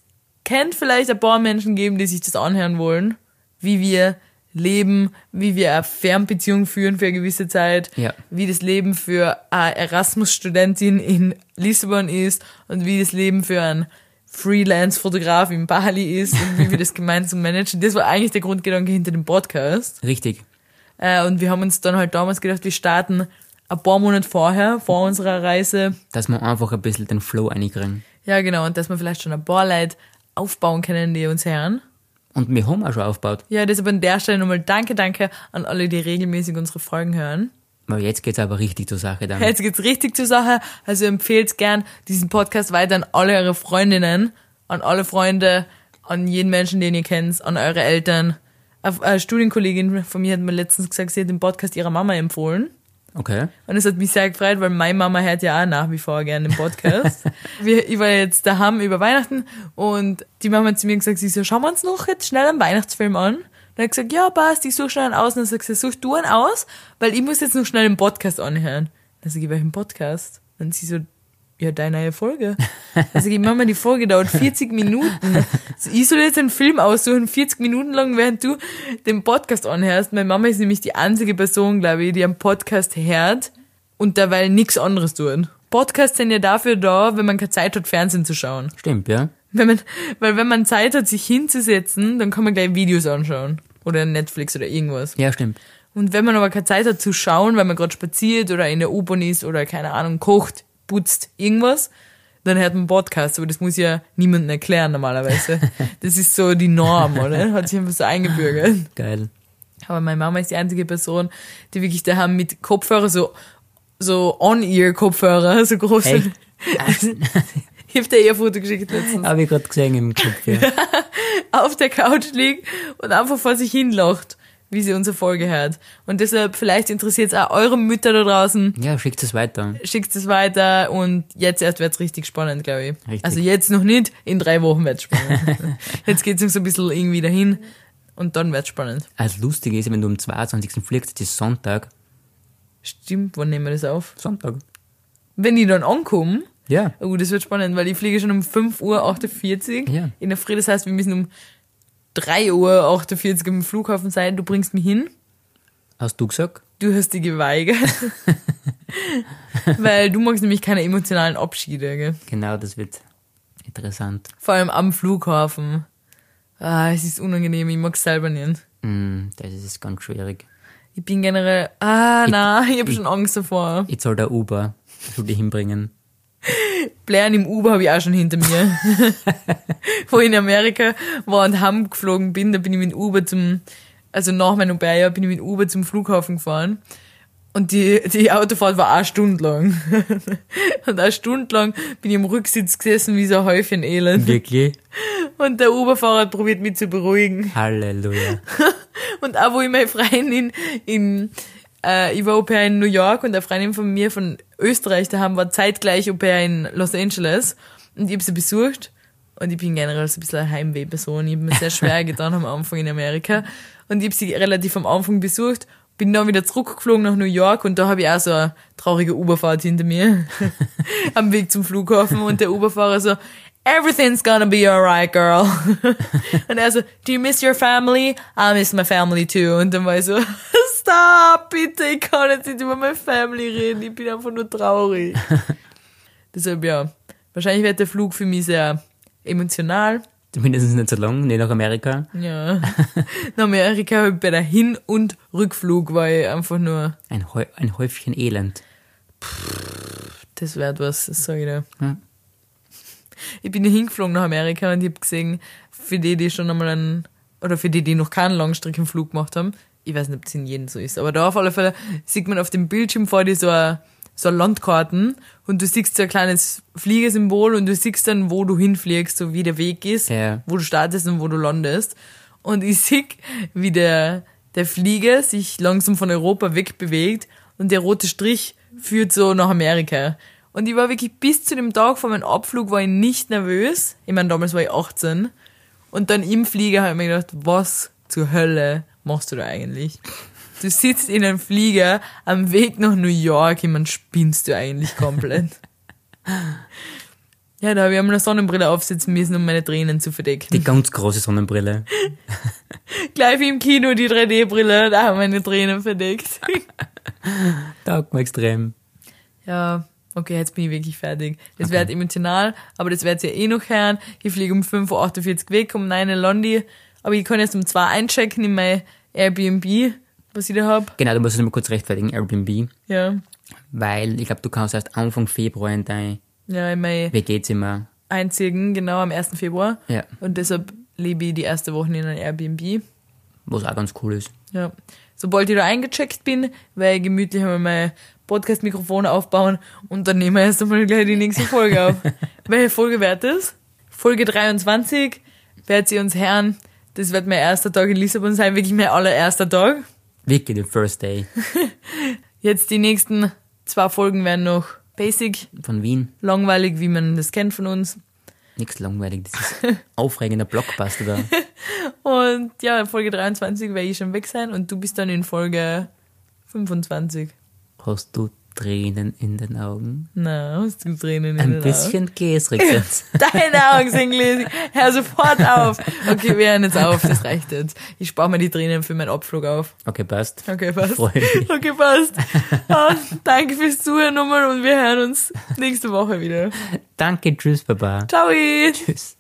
Speaker 4: kennt vielleicht ein paar Menschen geben, die sich das anhören wollen, wie wir leben, wie wir eine Fernbeziehung führen für eine gewisse Zeit,
Speaker 3: Ja.
Speaker 4: wie das Leben für eine Erasmus-Studentin in Lissabon ist und wie das Leben für einen Freelance-Fotograf in Bali ist und wie wir das gemeinsam managen. Das war eigentlich der Grundgedanke hinter dem Podcast.
Speaker 3: Richtig.
Speaker 4: Äh, und wir haben uns dann halt damals gedacht, wir starten ein paar Monate vorher, vor unserer Reise.
Speaker 3: Dass wir einfach ein bisschen den Flow einkriegen.
Speaker 4: Ja, genau. Und dass wir vielleicht schon ein paar Leute aufbauen können, die uns hören.
Speaker 3: Und wir haben auch schon aufgebaut.
Speaker 4: Ja, deshalb an der Stelle nochmal danke, danke an alle, die regelmäßig unsere Folgen hören.
Speaker 3: Weil jetzt geht's aber richtig zur Sache dann.
Speaker 4: Jetzt geht's richtig zur Sache. Also empfehlt gern diesen Podcast weiter an alle eure Freundinnen, an alle Freunde, an jeden Menschen, den ihr kennt, an eure Eltern. Eine eine Studienkollegin von mir hat mir letztens gesagt, sie hat den Podcast ihrer Mama empfohlen.
Speaker 3: Okay.
Speaker 4: Und es hat mich sehr gefreut, weil meine Mama hört ja auch nach wie vor gerne den Podcast. wir, ich war jetzt daheim über Weihnachten und die Mama hat zu mir gesagt, sie so, schauen wir uns noch jetzt schnell einen Weihnachtsfilm an. Dann hat gesagt, ja, passt, ich suche schnell einen aus. Und dann sagt sie, such du einen aus, weil ich muss jetzt noch schnell den Podcast anhören. Dann sag ich, welchen Podcast? Dann sie so, ja, deine neue Folge. Dann sag ich, Mama, die Folge dauert 40 Minuten. So, Ich soll jetzt einen Film aussuchen, 40 Minuten lang, während du den Podcast anhörst. Meine Mama ist nämlich die einzige Person, glaube ich, die einen Podcast hört und derweil nichts anderes tun. Podcasts sind ja dafür da, wenn man keine Zeit hat, Fernsehen zu schauen.
Speaker 3: Stimmt, ja.
Speaker 4: Wenn man, weil wenn man Zeit hat, sich hinzusetzen, dann kann man gleich Videos anschauen. Oder Netflix oder irgendwas.
Speaker 3: Ja, stimmt.
Speaker 4: Und wenn man aber keine Zeit hat zu schauen, weil man gerade spaziert oder in der U-Bahn ist oder keine Ahnung, kocht, putzt, irgendwas, dann hört man Podcasts. Aber das muss ja niemandem erklären normalerweise. Das ist so die Norm, oder? Hat sich einfach so eingebürgert.
Speaker 3: Geil.
Speaker 4: Aber meine Mama ist die einzige Person, die wirklich da haben mit Kopfhörer, so, so On-Ear-Kopfhörer, so groß.
Speaker 3: Echt?
Speaker 4: ich hab dir eh ein Foto geschickt letztens.
Speaker 3: Habe ich gerade gesehen im Kopf, ja.
Speaker 4: Auf der Couch liegt und einfach vor sich hin lacht, wie sie unsere Folge hört. Und deshalb, vielleicht interessiert es auch eure Mütter da draußen.
Speaker 3: Ja, schickt es weiter.
Speaker 4: Schickt es weiter und jetzt erst wird's richtig spannend, glaube ich.
Speaker 3: Richtig.
Speaker 4: Also jetzt noch nicht, in drei Wochen wird's spannend. jetzt geht's uns so ein bisschen irgendwie dahin und dann wird's spannend.
Speaker 3: Als lustig ist, wenn du am 22. fliegst, das ist Sonntag.
Speaker 4: Stimmt, wann nehmen wir das auf?
Speaker 3: Sonntag.
Speaker 4: Wenn die dann ankommen,
Speaker 3: Ja.
Speaker 4: Oh, das wird spannend, weil ich fliege schon um 5.48 Uhr
Speaker 3: Ja.
Speaker 4: in der Früh. Das heißt, wir müssen um 3.48 Uhr im Flughafen sein. Du bringst mich hin.
Speaker 3: Hast du gesagt?
Speaker 4: Du hast dich geweigert. weil du magst nämlich keine emotionalen Abschiede. Gell?
Speaker 3: Genau, das wird interessant.
Speaker 4: Vor allem am Flughafen. Ah, es ist unangenehm. Ich mag es selber nicht.
Speaker 3: Mm, das ist ganz schwierig.
Speaker 4: Ich bin generell... Ah, na, ich habe schon Angst davor.
Speaker 3: Jetzt soll der Uber soll dich hinbringen.
Speaker 4: Blären im Uber habe ich auch schon hinter mir. Wo ich in Amerika war und Ham geflogen bin, da bin ich mit Uber zum, also nach meinem Bärjahr bin ich mit Uber zum Flughafen gefahren. Und die, die Autofahrt war eine Stunde lang. und eine Stunde lang bin ich im Rücksitz gesessen wie so ein Häufchen Elend.
Speaker 3: Wirklich?
Speaker 4: Und der Uberfahrer hat probiert mich zu beruhigen.
Speaker 3: Halleluja.
Speaker 4: Und auch wo ich meine Freundin in, äh, ich war Au-pair in New York und eine Freundin von mir von Österreich daheim war zeitgleich Au-pair in Los Angeles und ich hab sie besucht und ich bin generell so ein bisschen eine Heimweh-Person. Ich hab mir sehr schwer getan am Anfang in Amerika und ich hab sie relativ am Anfang besucht, bin dann wieder zurückgeflogen nach New York und da habe ich auch so eine traurige Uberfahrt hinter mir am Weg zum Flughafen und der Uberfahrer so, Everything's gonna be alright, girl. und er so, Do you miss your family? I miss my family too. Und dann war ich so, Stop, bitte, ich kann jetzt nicht über meine Family reden, ich bin einfach nur traurig. Deshalb ja, wahrscheinlich wird der Flug für mich sehr emotional.
Speaker 3: Zumindest nicht so lang, nicht nach Amerika.
Speaker 4: Ja. Nach Amerika hab ich bei der Hin- und Rückflug war ich einfach nur,
Speaker 3: Ein, Häu ein Häufchen Elend.
Speaker 4: das wird was, das sag ich dir.
Speaker 3: Hm.
Speaker 4: Ich bin ja hingeflogen nach Amerika und ich hab gesehen, für die, die schon einmal einen, oder für die, die noch keinen Langstreckenflug gemacht haben, ich weiß nicht, ob es in jedem so ist, aber da auf alle Fälle sieht man auf dem Bildschirm vor dir so ein, so ein Landkarten und du siehst so ein kleines Fliegesymbol und du siehst dann, wo du hinfliegst, so wie der Weg ist,
Speaker 3: Ja.
Speaker 4: wo du startest und wo du landest. Und ich sehe, wie der, der Flieger sich langsam von Europa wegbewegt und der rote Strich führt so nach Amerika. Und ich war wirklich bis zu dem Tag vor meinem Abflug war ich nicht nervös. Ich meine, damals war ich 18. Und dann im Flieger habe ich mir gedacht, was zur Hölle machst du da eigentlich? Du sitzt in einem Flieger am Weg nach New York, ich meine, spinnst du eigentlich komplett. Ja, da habe ich einmal eine Sonnenbrille aufsetzen müssen, um meine Tränen zu verdecken.
Speaker 3: Die ganz große Sonnenbrille.
Speaker 4: Gleich wie im Kino die 3D-Brille, da haben meine Tränen verdeckt.
Speaker 3: Taugt mir extrem.
Speaker 4: ja, okay, jetzt bin ich wirklich fertig. Das wird emotional, aber das wird ja eh noch hören. Ich fliege um 5.48 Uhr weg, um 9 Uhr Londi. Aber ich kann erst um 2 einchecken in mein Airbnb, was ich da hab.
Speaker 3: Genau, du musst es mal kurz rechtfertigen, Airbnb.
Speaker 4: Ja,
Speaker 3: Weil ich glaube, du kannst erst Anfang Februar in dein
Speaker 4: ja, in mein
Speaker 3: WG-Zimmer.
Speaker 4: einzigen, genau am 1. Februar.
Speaker 3: Ja.
Speaker 4: Und deshalb lebe ich die erste Woche in einem Airbnb.
Speaker 3: Was auch ganz cool ist.
Speaker 4: Ja. Sobald ich da eingecheckt bin, werde ich gemütlich einmal mein Podcast-Mikrofon aufbauen und dann nehmen wir erst einmal gleich die nächste Folge auf. Welche Folge wird das? Folge 23 wird sie uns hören. Das wird mein erster Tag in Lissabon sein, wirklich mein allererster Tag.
Speaker 3: Wirklich the first day
Speaker 4: Jetzt die nächsten zwei Folgen werden noch basic,
Speaker 3: von Wien.
Speaker 4: langweilig, wie man das kennt von uns.
Speaker 3: Nichts langweilig. Das ist aufregender Blockbuster da.
Speaker 4: Und ja, Folge 23 werde ich schon weg sein und du bist dann in Folge 25.
Speaker 3: Hast du Tränen in den Augen?
Speaker 4: Na, hast du Tränen in
Speaker 3: Ein
Speaker 4: den Augen?
Speaker 3: bisschen gläsrig jetzt.
Speaker 4: Deine Augen sind gläsig. Hör sofort auf. Okay, wir hören jetzt auf. Das reicht jetzt. Ich spare mir die Tränen für meinen Abflug auf.
Speaker 3: Okay, passt.
Speaker 4: Okay, passt.
Speaker 3: Freu mich.
Speaker 4: Okay, passt. Ah, danke fürs Zuhören nochmal und wir hören uns nächste Woche wieder.
Speaker 3: Danke, tschüss, Baba.
Speaker 4: Ciao.
Speaker 3: Tschüss.